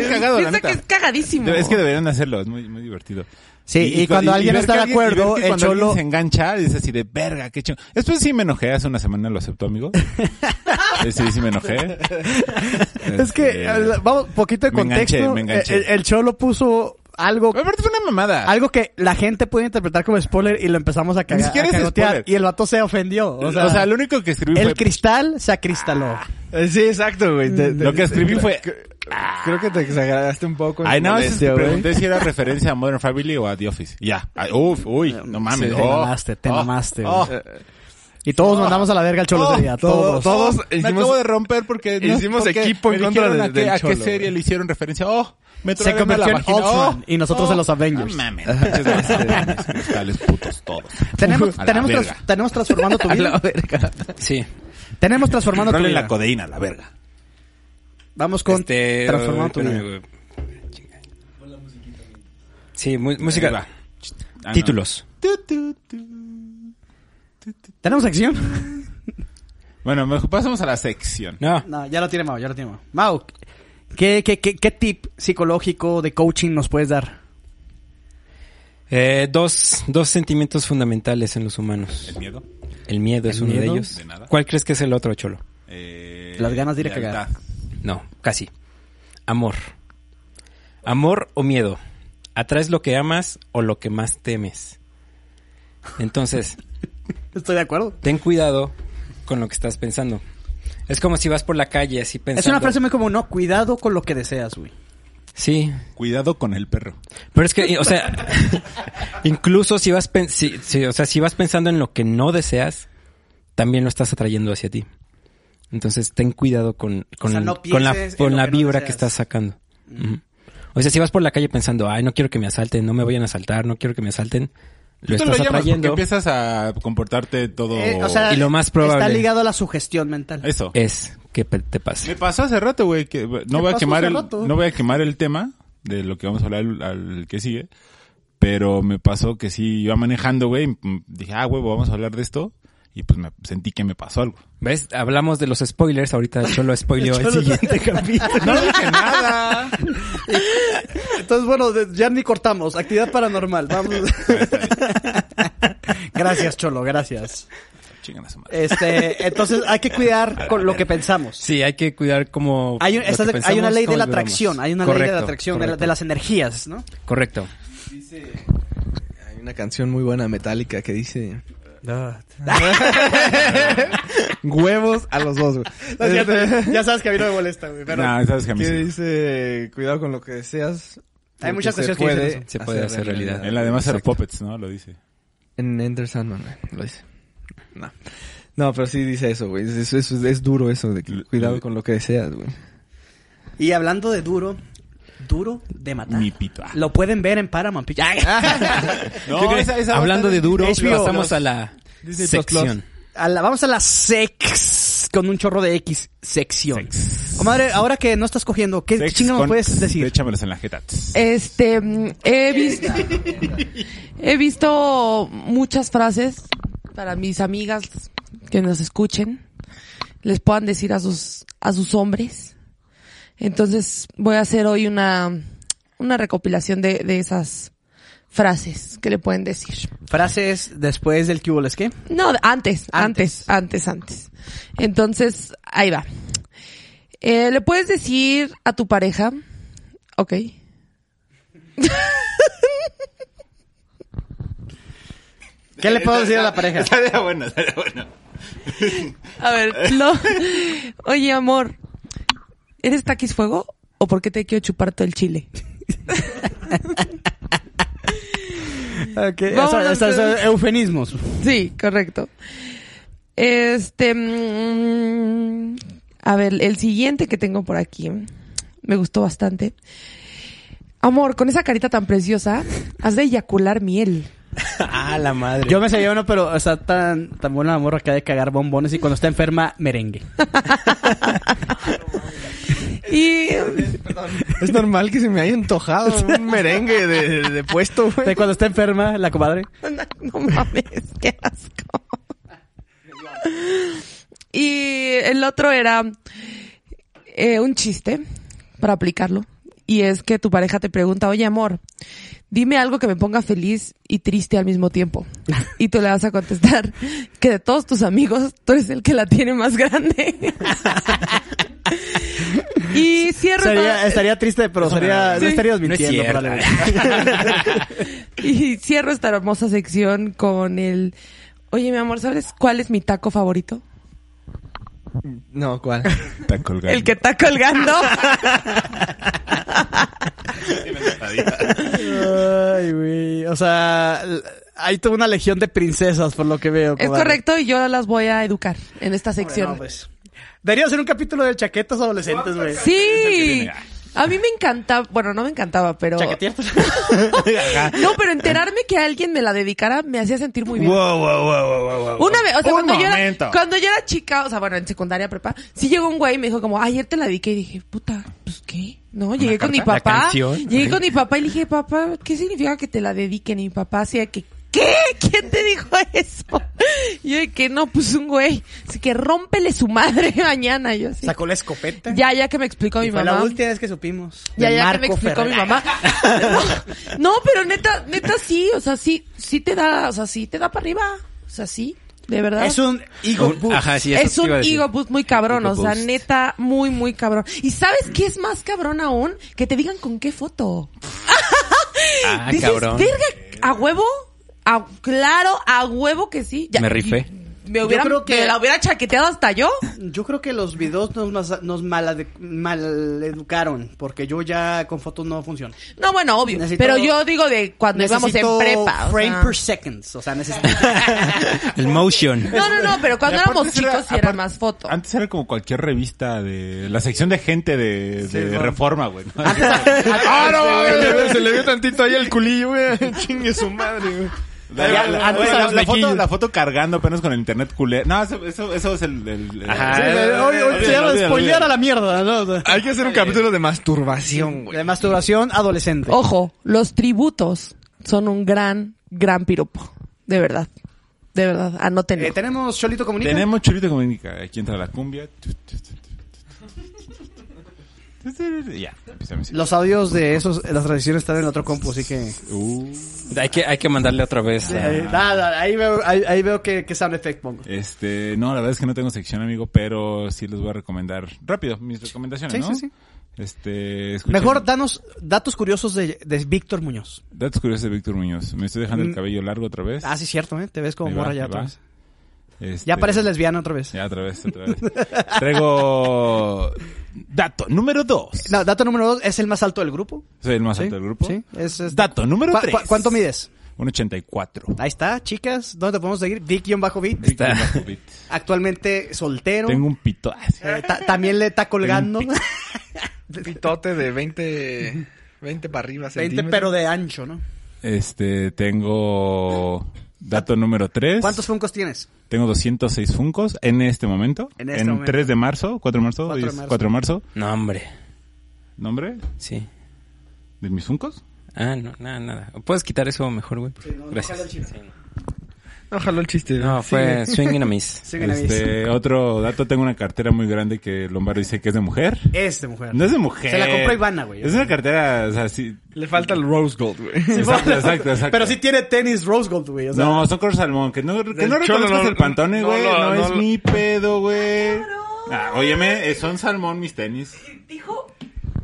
Es cagado, la
piensa que es
neta.
cagadísimo.
Es que deberían hacerlo, es muy, muy divertido.
Sí, y cuando alguien
ver
está
que
de
alguien- y ver
acuerdo,
que
el
cuando alguien
cholo-
se engancha, dice así de verga, qué chingo. Después sí me enojé, hace una semana lo aceptó, amigo. Eh, sí, sí me enojé.
Es que,
Este,
eh, vamos, poquito de
me enganché,
contexto.
me enganché.
El, el Cholo puso algo,
Aparte fue una mamada.
algo que la gente puede interpretar como spoiler y lo empezamos a, cagar,
Ni siquiera
a
es
cagotear,
spoiler.
Y el vato se ofendió. O sea,
lo único que escribí
el
fue...
cristal se acristaló.
Eh, Sí, exacto, güey. Te-
Mm.
te-
Lo que escribí
creo-
fue-
cre- Creo que te exageraste un poco. en
Ay, no, es-
molestia, güey.
pregunté si era referencia a Modern Family o a The Office. Ya. Ay, uf, uy, no mames.
Eh, Sí,
oh,
te mamaste, te
oh,
mamaste,
oh.
güey. Y todos mandamos a la verga al Cholo ese día,
todo-
Oh. todos.
todos
me
hicimos-
acabo de romper porque
hicimos
porque
equipo en
me
contra
dijeron
de-
a qué,
del
a qué
Cholo,
serie
güey.
le hicieron referencia. Oh, me
Se
trajeron a la
convirtió en
vagina.
Ultman
Oh,
y nosotros
oh.
en los Avengers.
No mames, pinches desgraciados, tales putos todos.
Tenemos,
A la
tenemos,
verga.
tras- tenemos transformando tu vida.
Sí.
Tenemos transformando tu
Rolen
vida.
la codeína, la verga.
Vamos con
Este,
transformando tu
espérame,
vida.
güey. Sí, mu- música.
Ahí va. Ah, no.
Títulos.
Tu, tu, tu.
¿Tenemos acción?
Bueno, mejor pasamos a la sección.
No.
No, ya lo tiene Mau, ya lo tiene Mau. Mau, ¿qué, qué, qué, qué tip psicológico de coaching nos puedes dar?
Eh, dos, dos sentimientos fundamentales en los humanos.
El miedo.
El miedo
¿El
es uno
miedo?
de ellos.
De nada.
¿Cuál crees que es el otro, Cholo?
eh,
Las ganas de ir a cagar.
lealtad.
No, casi. Amor. Amor o miedo. Atraes lo que amas o lo que más temes. Entonces,
Estoy de acuerdo.
ten cuidado con lo que estás pensando. Es como si vas por la calle así pensando.
Es una frase muy común, no, cuidado con lo que deseas, güey.
Sí,
Cuidado con el perro.
pero es que, o sea, incluso si vas, pen- si- si- o sea, si vas pensando en lo que no deseas, también lo estás atrayendo hacia ti. Entonces, ten cuidado con, con,
sea, no
con la,
pienses en
con
lo
la
que no
vibra que
deseas. Mm.
estás sacando. Ujú. O sea, si vas por la calle pensando, ay, no quiero que me asalten, no me vayan a asaltar, no quiero que me asalten, lo
Tú
estás
llamas porque
atrayendo.
empiezas a comportarte todo...
Eh, o sea,
Y lo más probable.
Está ligado a la sugestión mental.
Eso.
Es que pe- te pase.
Me pasó hace rato, güey, que no voy a
pasó
quemar
hace
el
rato?
no voy a quemar el tema de lo que vamos a hablar al, al que sigue, pero me pasó que sí iba manejando, güey, mm, dije, "Ah, huevo, vamos a hablar de esto." Y pues me sentí que me pasó algo.
¿Ves? Hablamos de los spoilers, ahorita solo spoileo el siguiente capítulo.
No dije nada.
Entonces, bueno, de- ya ni cortamos. Actividad paranormal, vamos. gracias, Cholo, gracias.
Chingan a su madre.
Este, entonces hay que cuidar con lo que pensamos.
Sí, hay que cuidar como...
Hay, un-
lo que
estás de- hay
pensamos,
una ley de
cómo
la
vibramos.
atracción, hay una ley de la
Correcto,
atracción, de, la-
correcto.
de las energías, ¿no?
Correcto.
Hay una canción muy buena metálica que dice huevos a los dos. güey. Este,
ya sabes que a mí no me molesta, güey. pero-
No, sabes que a mí
que
sí.
dice cuidado con lo que deseas.
Hay
porque
muchas
se
canciones que dicen
puede
eso.
Se puede hacer realidad.
Él además era
Exacto.
puppets, ¿no? Lo dice.
En Enter Sandman, güey, lo dice. No. No, pero sí dice eso, güey. Es, es- es- es duro eso de que cuidado con lo que deseas, güey.
Y hablando de duro, duro de matar.
Mi pito. Ah.
Lo pueden ver en Paramount Pictures.
No,
Yo creo-
Oh, esa- esa va a
hablando
estar
de
en
duro,
HBO.
pasamos a la
Disney Plus
sección.
A la- vamos a la sex con un chorro de X sección. Comadre, ahora que no estás cogiendo, ¿qué
Sex
chingados
con-
puedes decir?
Échamelos en la jeta.
Este, mm, he visto, he visto muchas frases para mis amigas que nos escuchen, les puedan decir a sus, a sus hombres. Entonces voy a hacer hoy una, una recopilación de, de esas frases que le pueden decir.
Frases después del que hubo les qué?
No, antes,
Antes.
antes, antes, antes. Entonces, ahí va. Eh, Le puedes decir a tu pareja, ok.
¿Qué le puedo decir a la pareja?
Estaría bueno, estaría bueno.
A ver, lo- oye amor, ¿eres taquis fuego o por qué te quiero chupar todo el chile?
Ok, o
Vámonos
sea, o sea,
con-
son eufemismos.
Sí, correcto. Este, mm, a ver, el siguiente que tengo por aquí me gustó bastante. Amor, con esa carita tan preciosa, has de eyacular miel.
ah, la madre.
Yo me sé uno, pero está tan, tan buena la morra que ha de cagar bombones y cuando está enferma, merengue.
Y
Es normal que se me haya antojado un merengue de, de puesto,
De
güey.
cuando está enferma, la comadre.
no mames, qué asco. Y el otro era eh, un chiste para aplicarlo. Y es que tu pareja te pregunta, oye amor, dime algo que me ponga feliz y triste al mismo tiempo. Y tú le vas a contestar que de todos tus amigos, tú eres el que la tiene más grande. y cierro
Sería-
con-
estaría triste, pero sería,
Sí.
no estarías
No es
mintiendo.
cierto.
probablemente.
Y cierro esta hermosa sección con el... Oye, mi amor, ¿sabes cuál es mi taco favorito?
No, ¿cuál?
Está colgado.
El que está colgando.
Ay, güey. O sea, l- Hay toda una legión de princesas, por lo que veo.
Es
cobarde.
correcto y yo las voy a educar en esta
No,
sección.
pues. Debería ser un capítulo de chaquetas adolescentes, güey.
Sí. A mí me encantaba, bueno, no me encantaba, pero...
Chaquetearte.
No, pero enterarme que alguien me la dedicara me hacía sentir muy bien.
Wow, wow, wow, wow, wow, wow.
Una vez, o sea,
Un
cuando yo,
momento.
era, cuando yo era chica, o sea, bueno, en secundaria prepa, sí llegó un güey y me dijo como, ayer te la dediqué y dije, puta, pues qué. No, llegué con mi
carta? ¿La
papá.
canción?
Llegué con mi papá y le dije, papá, ¿qué significa que te la dediquen? Y mi papá hacía que, ¿qué? ¿Quién te dijo eso? Y yo de que no, pues un güey. Así que rómpele su madre mañana. Y Yo así.
Sacó la escopeta.
Ya, ya que me explicó
Y
mi
fue
mamá.
la última vez que supimos.
Ya,
de
ya que me
Marco
explicó mi
Ferrer.
mamá. No, no, pero neta, neta sí, o sea, sí, sí te da, o sea, sí te da para arriba. O sea, sí, de verdad.
Es un ego
Un-
boost.
Ajá, sí, eso
Es
te iba a
un
decir.
ego boost muy cabrón,
Ego
o sea,
boost.
neta, muy, muy cabrón. ¿Y sabes qué es más cabrón aún? Que te digan con qué foto.
Ah,
Dices,
cabrón.
verga, a huevo, a- claro, a huevo que sí. Ya,
Me rifé.
Me hubiera,
Yo creo que-
me la hubiera chaqueteado hasta yo.
Yo creo que los videos nos, mas- nos malade- maleducaron, porque yo ya con fotos no funciona.
No, bueno, obvio.
Necesito-
pero yo digo de cuando íbamos en
Necesito
prepa. o
frame
sea.
per seconds, o sea, necesito...
El motion.
No, no, no, pero cuando
Y aparte
éramos
era-
chicos sí era
aparte-
más foto.
Antes era como cualquier revista de la sección de gente de, de
bueno.
Reforma, güey. ¿no?
¡Ah, no! mames! Se le vio tantito ahí el culillo, güey. Chingue su madre, güey.
La, la- la-
Antes
güey,
a
la-
los
la foto,
mequillos.
la foto cargando apenas con el internet culé. No, eso, eso, eso es el... el- el-
Ajá.
Sí, pero hoy, hoy se
Olvídalo,
llama
olvídalo,
spoilear
olvídalo.
a la mierda, ¿no? O sea,
Hay que hacer un capítulo de masturbación, güey.
de masturbación adolescente.
Ojo, los tributos son un gran, gran piropo. De verdad. De verdad, anótenlo.
Eh, ¿Tenemos Cholito Comunica?
Tenemos chulito comunica. Aquí entra la cumbia. Ya, empezamos.
Los audios de esos, las tradiciones están en otro compu, así que...
Uh,
Hay que, hay que mandarle otra vez. a-
Eh, nada, ahí veo, ahí, ahí veo que, que sound effect pongo.
este, no, la verdad es que no tengo sección, amigo, pero sí les voy a recomendar rápido mis recomendaciones,
Sí,
¿no?
sí, sí.
Este, escuchen-
Mejor danos datos curiosos de, de Víctor Muñoz.
Datos curiosos de Víctor Muñoz. Me estoy dejando el
Mm.
cabello largo otra vez.
Ah, sí, cierto, ¿eh? Te ves como
Ahí va,
morra ya
ahí
otra
va.
vez.
Este,
Ya pareces lesbiana otra vez.
Ya, otra vez, otra vez. Traigo... Dato número dos.
No, dato número dos, es el más alto del grupo.
Soy el más
¿Sí?
alto del grupo.
Sí, es- es-
Dato número
¿Cu-
tres.
cu- ¿Cuánto mides?
Un 84.
Ahí está, chicas. ¿Dónde te podemos seguir? Vic-Bit.
Está-
Bajo beat.
Actualmente soltero.
Tengo un pito. Ah, sí.
Eh, ta- también le está colgando.
Pitote de 20... 20 para arriba
20,
centímetros.
pero de ancho, ¿no?
Este, tengo... Dato número 3.
¿Cuántos funcos tienes?
Tengo 206 funcos en este momento.
En este
En
momento.
3 de marzo, 4 de marzo,
4
hoy
de
es
marzo.
4 de marzo.
No, hombre.
¿Nombre
Sí.
de mis funcos?
Ah, no, nada, nada. ¿Puedes quitar eso mejor, güey? Gracias. Sí, no.
No jaló el chiste.
No, fue
Sigue.
swing and a miss.
Sí, mira, dice.
Este, otro dato, tengo una cartera muy grande que Lombardo dice que es de mujer.
Es de mujer.
No es de mujer.
Eh, Se la compró Ivana, güey.
Es una cartera, o sea, sí.
Le falta el rose gold, güey.
Exacto, exacto, exacto.
Pero sí tiene tenis rose gold, güey. o sea,
no, son color salmón. Que no, que
Del
no
cholo,
reconozcas
no,
el pantone,
no,
güey. No,
no, no,
es
no.
mi pedo, güey. Ah, óyeme, eh, son salmón mis tenis.
Dijo,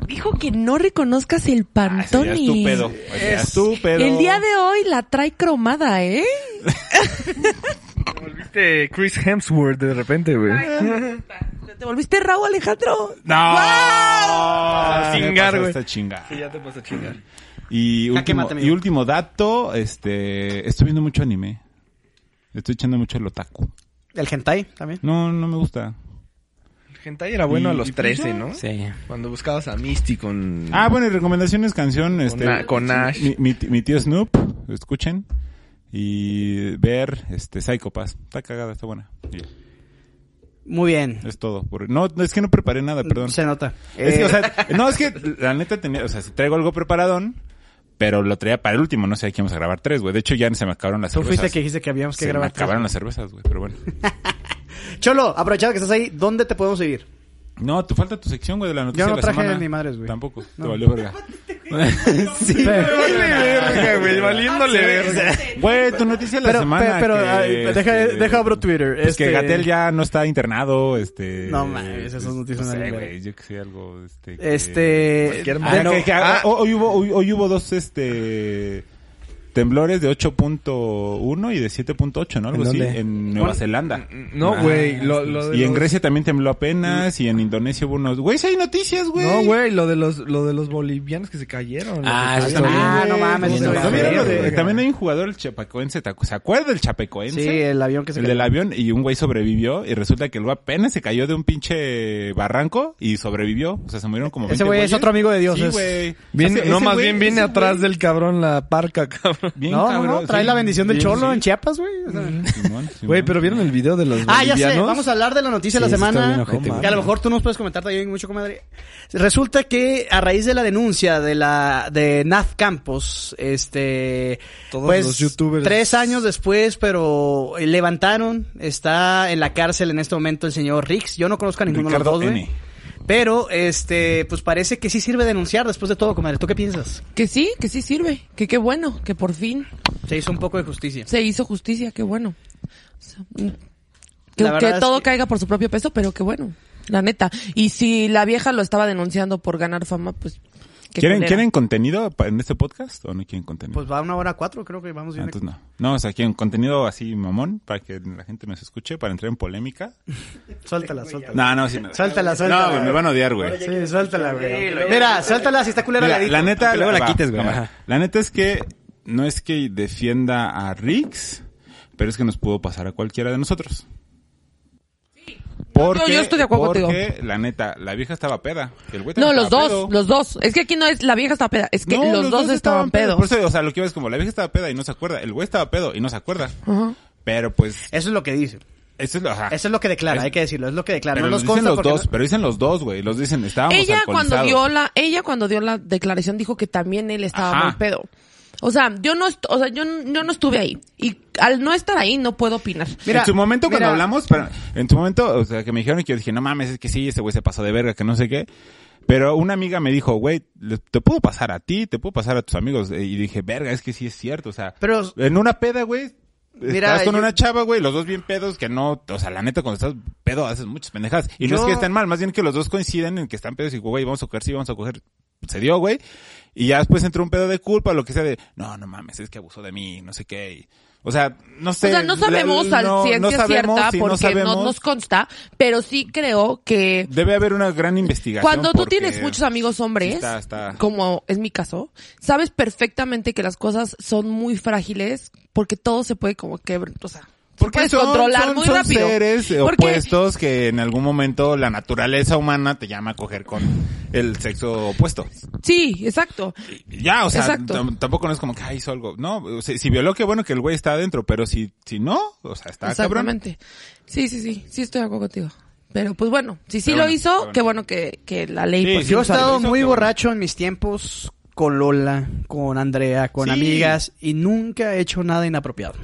dijo que no reconozcas el
Ah, sí, ya
Pantone.
es tu pedo. Ya es tu pedo.
El día de hoy la trae cromada, ¿eh?
Te Volviste Este, Chris Hemsworth de repente, güey.
Te volviste Raúl Alejandro.
¡No!
A
Me
chingar,
pasó
güey.
esta chinga.
Sí, ya te vas a chingar.
Y
Jaque
último,
mate, amigo.
y último dato, este, estoy viendo mucho anime. Estoy echando mucho el otaku.
El hentai también.
No, no me gusta.
Hentai era bueno
Y-
a
y
los
pues
13,
ya.
¿no?
Sí.
Cuando buscabas a Misty con...
Ah, bueno, y recomendaciones, canción, este,
A- con Ash.
Mi, mi t- mi tío Snoop, escuchen. Y ver, este, Psychopath. Está cagada, está buena. Y
Muy bien.
Es todo. por- No, no, es que no preparé nada, perdón.
Se nota.
Es que,
Eh,
o sea, no, es que la neta tenía, o sea, si traigo algo preparadón, pero lo traía para el último, no sé, aquí vamos a grabar tres, güey. De hecho, ya se me acabaron las
Tú
cervezas.
fuiste que dijiste que habíamos que
se me
grabar. tres.
acabaron las cervezas, güey, pero bueno.
Cholo, aprovechando que estás ahí, ¿dónde te podemos seguir?
No, te falta tu sección, güey, de la noticia
Yo no
de la
traje
semana.
ni madres, güey.
Tampoco, te
No.
valió verga.
Sí.
Vale verga, güey. Valiéndole verga.
Güey, tu noticia de la
Pero,
semana.
pe- pero,
que,
ay, deja,
este,
deja abro Twitter.
Pues
este,
que Gatel ya no está internado, este...
No mames, esas noticias
no
no
sé,
valen
güey, yo que sé, algo, este... que-
Este.
Cualquier
Ah,
Ah, no.
que- que-
Ah.
hoy, hoy hubo, hoy, hoy hubo dos, este... temblores de 8.1 y de 7.8, ¿no? Algo
¿En
así,
dónde? Ah,
en Nueva
¿Cuál?
Zelanda.
No, güey. lo- lo de
Y en
los-
Grecia también tembló apenas, y en Indonesia hubo unos... Güey, sí hay noticias, güey.
No, güey, lo de los, lo de los bolivianos que se cayeron.
Ah,
Los
eso
que
también.
cayeron.
Ah, no mames,
¿No
eso
vieron
está feo,
lo de-
güey.
también hay un jugador, el chapecoense, ¿te acu- ¿se acuerda del chapecoense?
Sí, el avión que se
El
cayó.
del avión y un güey sobrevivió y resulta que el güey apenas se cayó de un pinche barranco y sobrevivió. O sea, se murieron como 20
Ese güey es
güeyes.
otro amigo de Dios.
Sí,
es-
güey.
Viene-
Ese-
no,
ese
más
güey-
bien viene
ese
atrás
güey-
del cabrón la parca, cabrón.
bien
No, no,
cabrón,
no, trae
sí.
la bendición del
Sí,
cholo
sí.
en Chiapas, güey. O sea-
Simón, Simón.
Güey, pero ¿vieron el video de los
Ah, ya
bolivianos?
sé, vamos a hablar de la noticia de
Sí,
la
eso está bien
semana,
ojete,
que a
güey.
lo mejor tú nos puedes comentar también mucho, comadre. Resulta que a raíz de la denuncia de la de Naz Campos, este,
Todos
pues,
los youtubers.
tres años después, pero eh, levantaron, está en la cárcel en este momento el señor Rix, yo no conozco a ninguno
Ricardo
de los dos, güey.
N.
pero, este, pues parece que sí sirve denunciar después de todo, comadre, ¿tú qué piensas?
Que sí, que sí sirve. Que qué bueno, que por fin
Se hizo un poco de justicia.
se hizo justicia, qué bueno. O sea, mm,
La
que
verdad
que
es
todo
que-
caiga por su propio peso, pero qué bueno, la neta. Y si la vieja lo estaba denunciando por ganar fama, pues... qué
¿Quieren,
culera.
¿Quieren contenido pa- en este podcast o no quieren contenido?
Pues va a una hora cuatro, creo que vamos bien.
Antes no. No, o sea, quieren contenido así mamón para que la gente nos escuche, para entrar en polémica.
Suéltala, suéltala.
No, no, sí. No.
Suéltala, suéltala.
No, güey, me van a odiar, güey.
Sí, suéltala, güey. Mira, suéltala si está culera
Mira,
la edito.
la neta,
Luego la
va,
quites, güey.
va.
Ajá.
La neta es que no es que defienda a Rix, pero es que nos pudo pasar a cualquiera de nosotros. Porque,
yo- yo estoy de acuerdo
porque,
contigo.
la neta, la vieja estaba peda. El güey
No,
también
los
estaba
dos,
pedo.
los dos. Es que aquí no es la vieja estaba peda, es que
No,
los, dos, estaban pedos.
Por eso, o sea, lo que ves como la vieja estaba peda y no se acuerda. El güey estaba pedo y no se acuerda. Pero pues,
Eso es lo que dice.
eso es lo, ajá.
Eso es lo que declara,
Ah. Es-
hay que decirlo, es lo que declara.
Pero
no los
dicen
consta
los
porque
dos,
no-
pero dicen los dos, güey. Los dicen, estábamos
ella cuando
alcoholizados.
dio la ella cuando dio la declaración dijo que también él estaba
Ajá.
muy pedo o sea yo no est- o sea yo, n- yo no estuve ahí y al no estar ahí no puedo opinar
Mira,
en su momento cuando
mira.
hablamos, pero en su momento, o sea, que me dijeron que yo dije, no mames, es que sí, ese güey se pasó de verga, que no sé qué. Pero una amiga me dijo, güey, le- te puedo pasar a ti, te puedo pasar a tus amigos. eh, Y dije, verga, es que sí es cierto, o sea,
Pero
en una peda, güey,
Mira,
estás con
yo-
una chava, güey, los dos bien pedos, que no, o sea, la neta, cuando estás pedo haces muchas pendejadas. Y no es
Yo-
que estén mal, más bien que los dos coinciden en que están pedos y, güey, vamos a coger, sí, vamos a coger. Se dio, güey. Y ya después entró un pedo de culpa, lo que sea de, no, no mames, es que abusó de mí, no sé qué. y- o sea, no sé.
o sea no
la-
sabemos al
no-
ciencia
no sabemos,
cierta
sí, no
porque no,
sabemos.
nos consta pero sí creo que
Debe haber una gran investigación.
cuando tú
porque
tienes muchos amigos hombres
sí está- está-
como es mi caso sabes perfectamente que las cosas son muy frágiles porque todo se puede como que o sea se puedes
son-
controlar
son-
muy
son
rápido
seres eh,
Porque-
opuestos que en algún momento la naturaleza humana te llama a coger con el sexo opuesto.
sí exacto
Ya, o sea,
Exacto.
tam- tampoco no es como que ah, hizo algo. No, o sea, si violó, qué bueno que el güey está adentro, pero si, si no, o sea, está cabrón.
Exactamente. Sí, sí, sí, sí estoy de acuerdo contigo. Pero pues bueno, si sí
Pero
lo
bueno,
hizo,
está bueno.
qué bueno que, que la ley...
Sí,
pues,
sí,
yo he
sí,
estado
sí, sí,
muy
sí,
borracho en mis tiempos con Lola, con Andrea, con
Sí.
amigas y nunca he hecho nada inapropiado.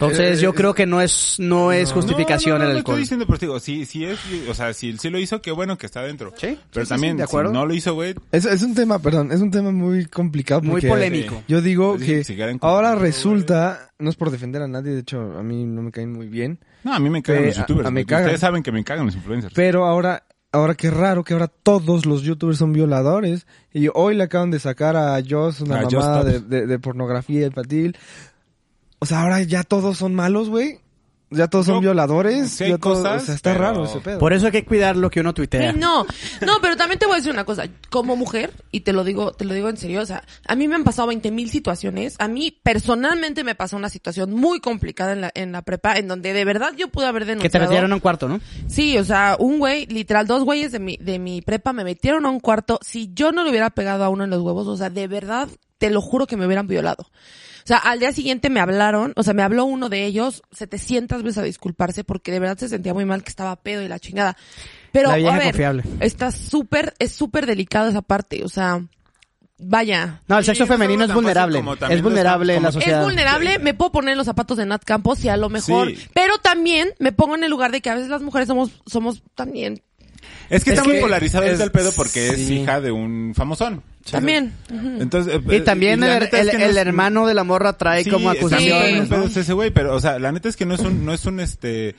Entonces
Eh,
yo
eh,
creo que no es no es justificación
no, no, no,
el
no
alcohol.
estoy diciendo, pero te digo, si, si es, o sea, si, si lo hizo, qué bueno que está adentro.
Sí, sí,
Pero
sí,
también,
sí, de acuerdo.
si no lo hizo, güey,
Es, es un tema, perdón, es un tema muy complicado.
Muy
porque
polémico.
Yo digo
Pues Sí,
que
si quieren
ahora
contenido,
resulta, no es por defender a nadie, de hecho a mí no me caen muy bien,
no, a mí me cagan
Eh,
los youtubers.
a- a me
güey.
cagan.
Ustedes saben que me cagan los influencers.
pero ahora, ahora qué raro que ahora todos los youtubers son violadores y hoy le acaban de sacar a Joss una
A Joss
mamada de,
Tops.
de- de pornografía infantil. O sea, ahora ya todos son malos, güey. Ya todos son
Yo-
violadores.
sí hay
ya todos-
cosas,
o sea, está
pero-
raro ese pedo.
Por eso hay que cuidar lo que uno tuitea.
Ay, no, no, pero también te voy a decir una cosa. Como mujer, y te lo digo, te lo digo en serio, o sea, a mí me han pasado 20 mil situaciones. A mí personalmente me pasó una situación muy complicada en la, en la prepa, en donde de verdad yo pude haber
que
denunciado.
te metieron a un cuarto, ¿no?
Sí, o sea, un güey, literal, dos güeyes de mi, de mi prepa me metieron a un cuarto. Si yo no le hubiera pegado a uno en los huevos, o sea, de verdad, te lo juro que me hubieran violado. O sea, al día siguiente me hablaron, o sea, me habló uno de ellos 700 veces a disculparse porque de verdad se sentía muy mal que estaba pedo y la chingada. Pero,
La vieja
a ver,
confiable.
está súper, es súper delicado esa parte, o sea, vaya.
No, el
Sí,
sexo
eso
femenino
es
es
tan fácil
vulnerable.
como también
Es vulnerable en la
lo
Es
sociedad.
vulnerable, me puedo poner en los zapatos de Nat Campos y a lo mejor,
Sí.
pero también me pongo en el lugar de que a veces las mujeres somos, somos también
Es que
Es
está
que
muy polarizado
es-
ahorita el pedo porque es
sí.
hija de un famosón.
También.
Entonces, eh,
Y también
la
el,
neta es
el-
que no
el
es-
hermano de la morra trae
Sí,
como
está bien
acusaciones.
pedo
¿no?
ese güey, pero o sea, la neta es que no es un no es un este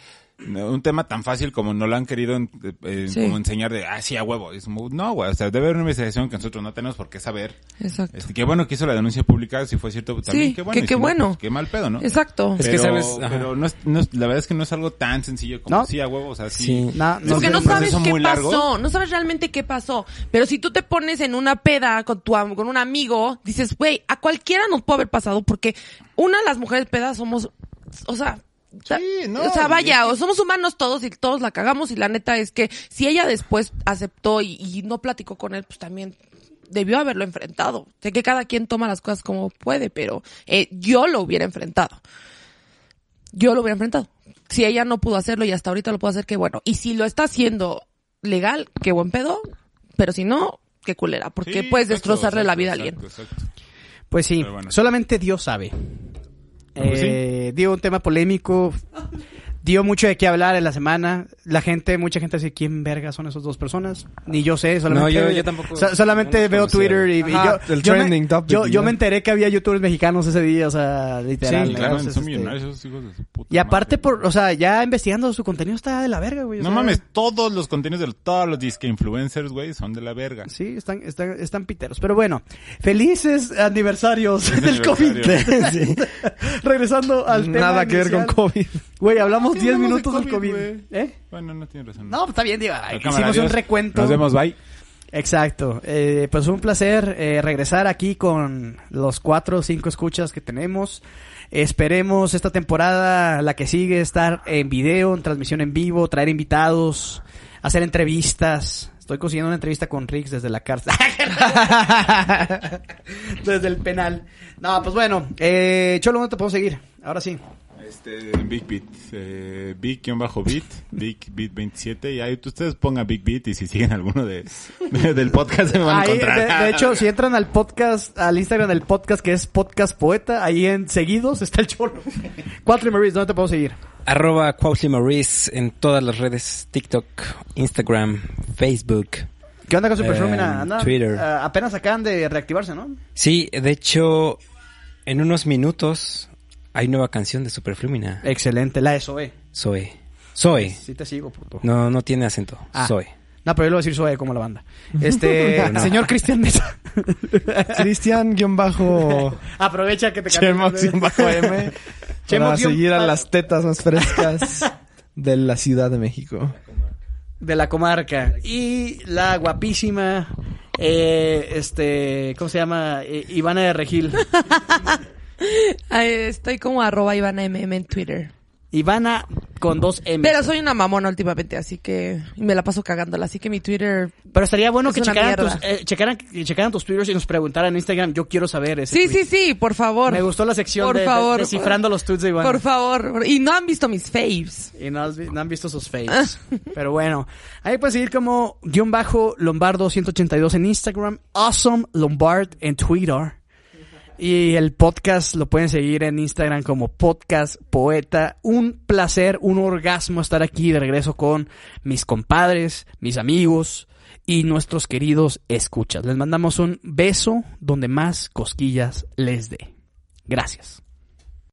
un tema tan fácil como no lo han querido en- eh,
Sí.
como enseñar de, ah, sí, a huevo. Es mu- no, güey, o sea, debe haber una investigación que nosotros no tenemos por qué saber.
Exacto.
Este, qué bueno que hizo la denuncia pública, si fue cierto, también
Sí,
qué bueno.
que-
y si
qué
no,
bueno.
pues, qué mal pedo, ¿no?
Exacto.
Es que
Pero-
sabes, ajá.
pero no es- no es- la verdad es que no es algo tan sencillo como
No.
sí a huevo, o sea, sí.
Sí.
No, no
Porque
sé.
no
un proceso
sabes qué
muy largo.
pasó, no sabes realmente qué pasó. Pero si tú te pones en una peda con tu am- con un amigo, dices, güey, a cualquiera nos puede haber pasado porque una las mujeres pedas somos, o sea, ta-
no,
o sea,
y
vaya, o somos humanos todos y todos la cagamos y la neta es que si ella después aceptó y, y no platicó con él, pues también debió haberlo enfrentado. Sé que cada quien toma las cosas como puede, pero eh, yo lo hubiera enfrentado yo lo hubiera enfrentado. Si ella no pudo hacerlo y hasta ahorita lo pudo hacer, qué bueno. Y si lo está haciendo legal, qué buen pedo. Pero si no, qué culera.
Sí,
Porque puedes
exacto,
destrozarle la
exacto,
vida a
exacto,
alguien.
exacto.
Pues sí,
Pero bueno.
solamente Dios sabe.
Pues
Eh, Dio un tema polémico, dio mucho de qué hablar en la semana. La gente, mucha gente dice, ¿quién verga son esas dos personas? Ni yo sé, solamente...
No, yo- yo tampoco-
so- solamente
no los
veo
conocía.
Twitter y, y
Ajá,
yo...
el
yo me-
trending topic,
yo, yo
¿no?
me enteré que había youtubers mexicanos ese día, o sea,
Sí,
literal.
claro,
entonces,
son
este,
millonarios esos hijos de su puta
Y aparte,
madre, güey.
por, ¿eh? o sea, ya investigando su contenido está de la verga, güey. o
No
sea,
mames, todos los contenidos de todos los disque influencers, güey, son de la verga.
Sí, están, están, están piteros. Pero bueno, felices aniversarios del COVID.
Sí.
Regresando al tema
Nada que ver con
inicial.
COVID.
Güey, hablamos 10
hablamos de
minutos del COVID.
COVID, güey?
¿Eh?
Bueno, no tiene razón.
No, pues, está bien, digo, ay,
Pero, cámara,
hicimos un
adiós.
recuento.
Nos vemos, bye.
Exacto. Eh, pues un placer eh, regresar aquí con los cuatro o cinco escuchas que tenemos. Esperemos esta temporada, la que sigue, estar en video, en transmisión en vivo, traer invitados, hacer entrevistas. Estoy consiguiendo una entrevista con Rix desde la cárcel. desde el penal. No, pues bueno, eh, Cholo, ¿dónde te puedo seguir? Ahora sí.
Este, Big Beat, eh, Big-Beat, Big Beat 27, y ahí ustedes pongan Big Beat y si siguen alguno de, de- del podcast se van a
Ahí, de,
encontrar.
de hecho, si entran al podcast, al Instagram del podcast que es Podcast Poeta, ahí en seguidos está el cholo. Cuatro Maris, ¿dónde te puedo seguir?
Arroba Cuautli Maurice en todas las redes, TikTok, Instagram, Facebook.
¿Qué onda con Super
Eh,
Show? Mira, anda,
Twitter.
eh, apenas acaban de reactivarse, ¿no?
Sí, de hecho, en unos minutos hay nueva canción de Superflumina.
Eh. Excelente, la de Zoe.
Soy. Soy.
Sí te sigo, puto.
No, no tiene acento.
Ah.
Soy.
No, pero yo lo voy a decir Zoe como la banda. Este,
No.
señor Cristian Mesa.
Cristian guión bajo
Aprovecha que te
Chemo guión bajo M
Chemo
para
guión
seguir a
bajo-
las tetas más frescas de la Ciudad de México.
De la comarca. Y la guapísima, eh, este, ¿cómo se llama? Eh, Ivana de Regil.
Ay, Eh, Estoy como arroba Ivana MM en Twitter.
Ivana con dos M.
Pero soy una mamona últimamente, así que y me la paso cagándola. Así que mi Twitter...
Pero estaría bueno
Es
que
una
checaran tus,
mierda.
eh, checaran, que checaran tus twitters y nos preguntaran en Instagram. Yo quiero saber ese
Sí,
tweet.
sí, sí, por favor.
Me gustó la sección de- de- descifrando los tweets de Ivana.
Por favor. Y no han visto mis faves.
Y no, has vi- no han visto sus faces. Pero bueno, ahí puedes seguir como guión bajo Lombardo 182 en Instagram, Awesome Lombard en Twitter. Y el podcast lo pueden seguir en Instagram como Podcast Poeta. Un placer, un orgasmo estar aquí de regreso con mis compadres, mis amigos y nuestros queridos escuchas. Les mandamos un beso donde más cosquillas les dé. Gracias.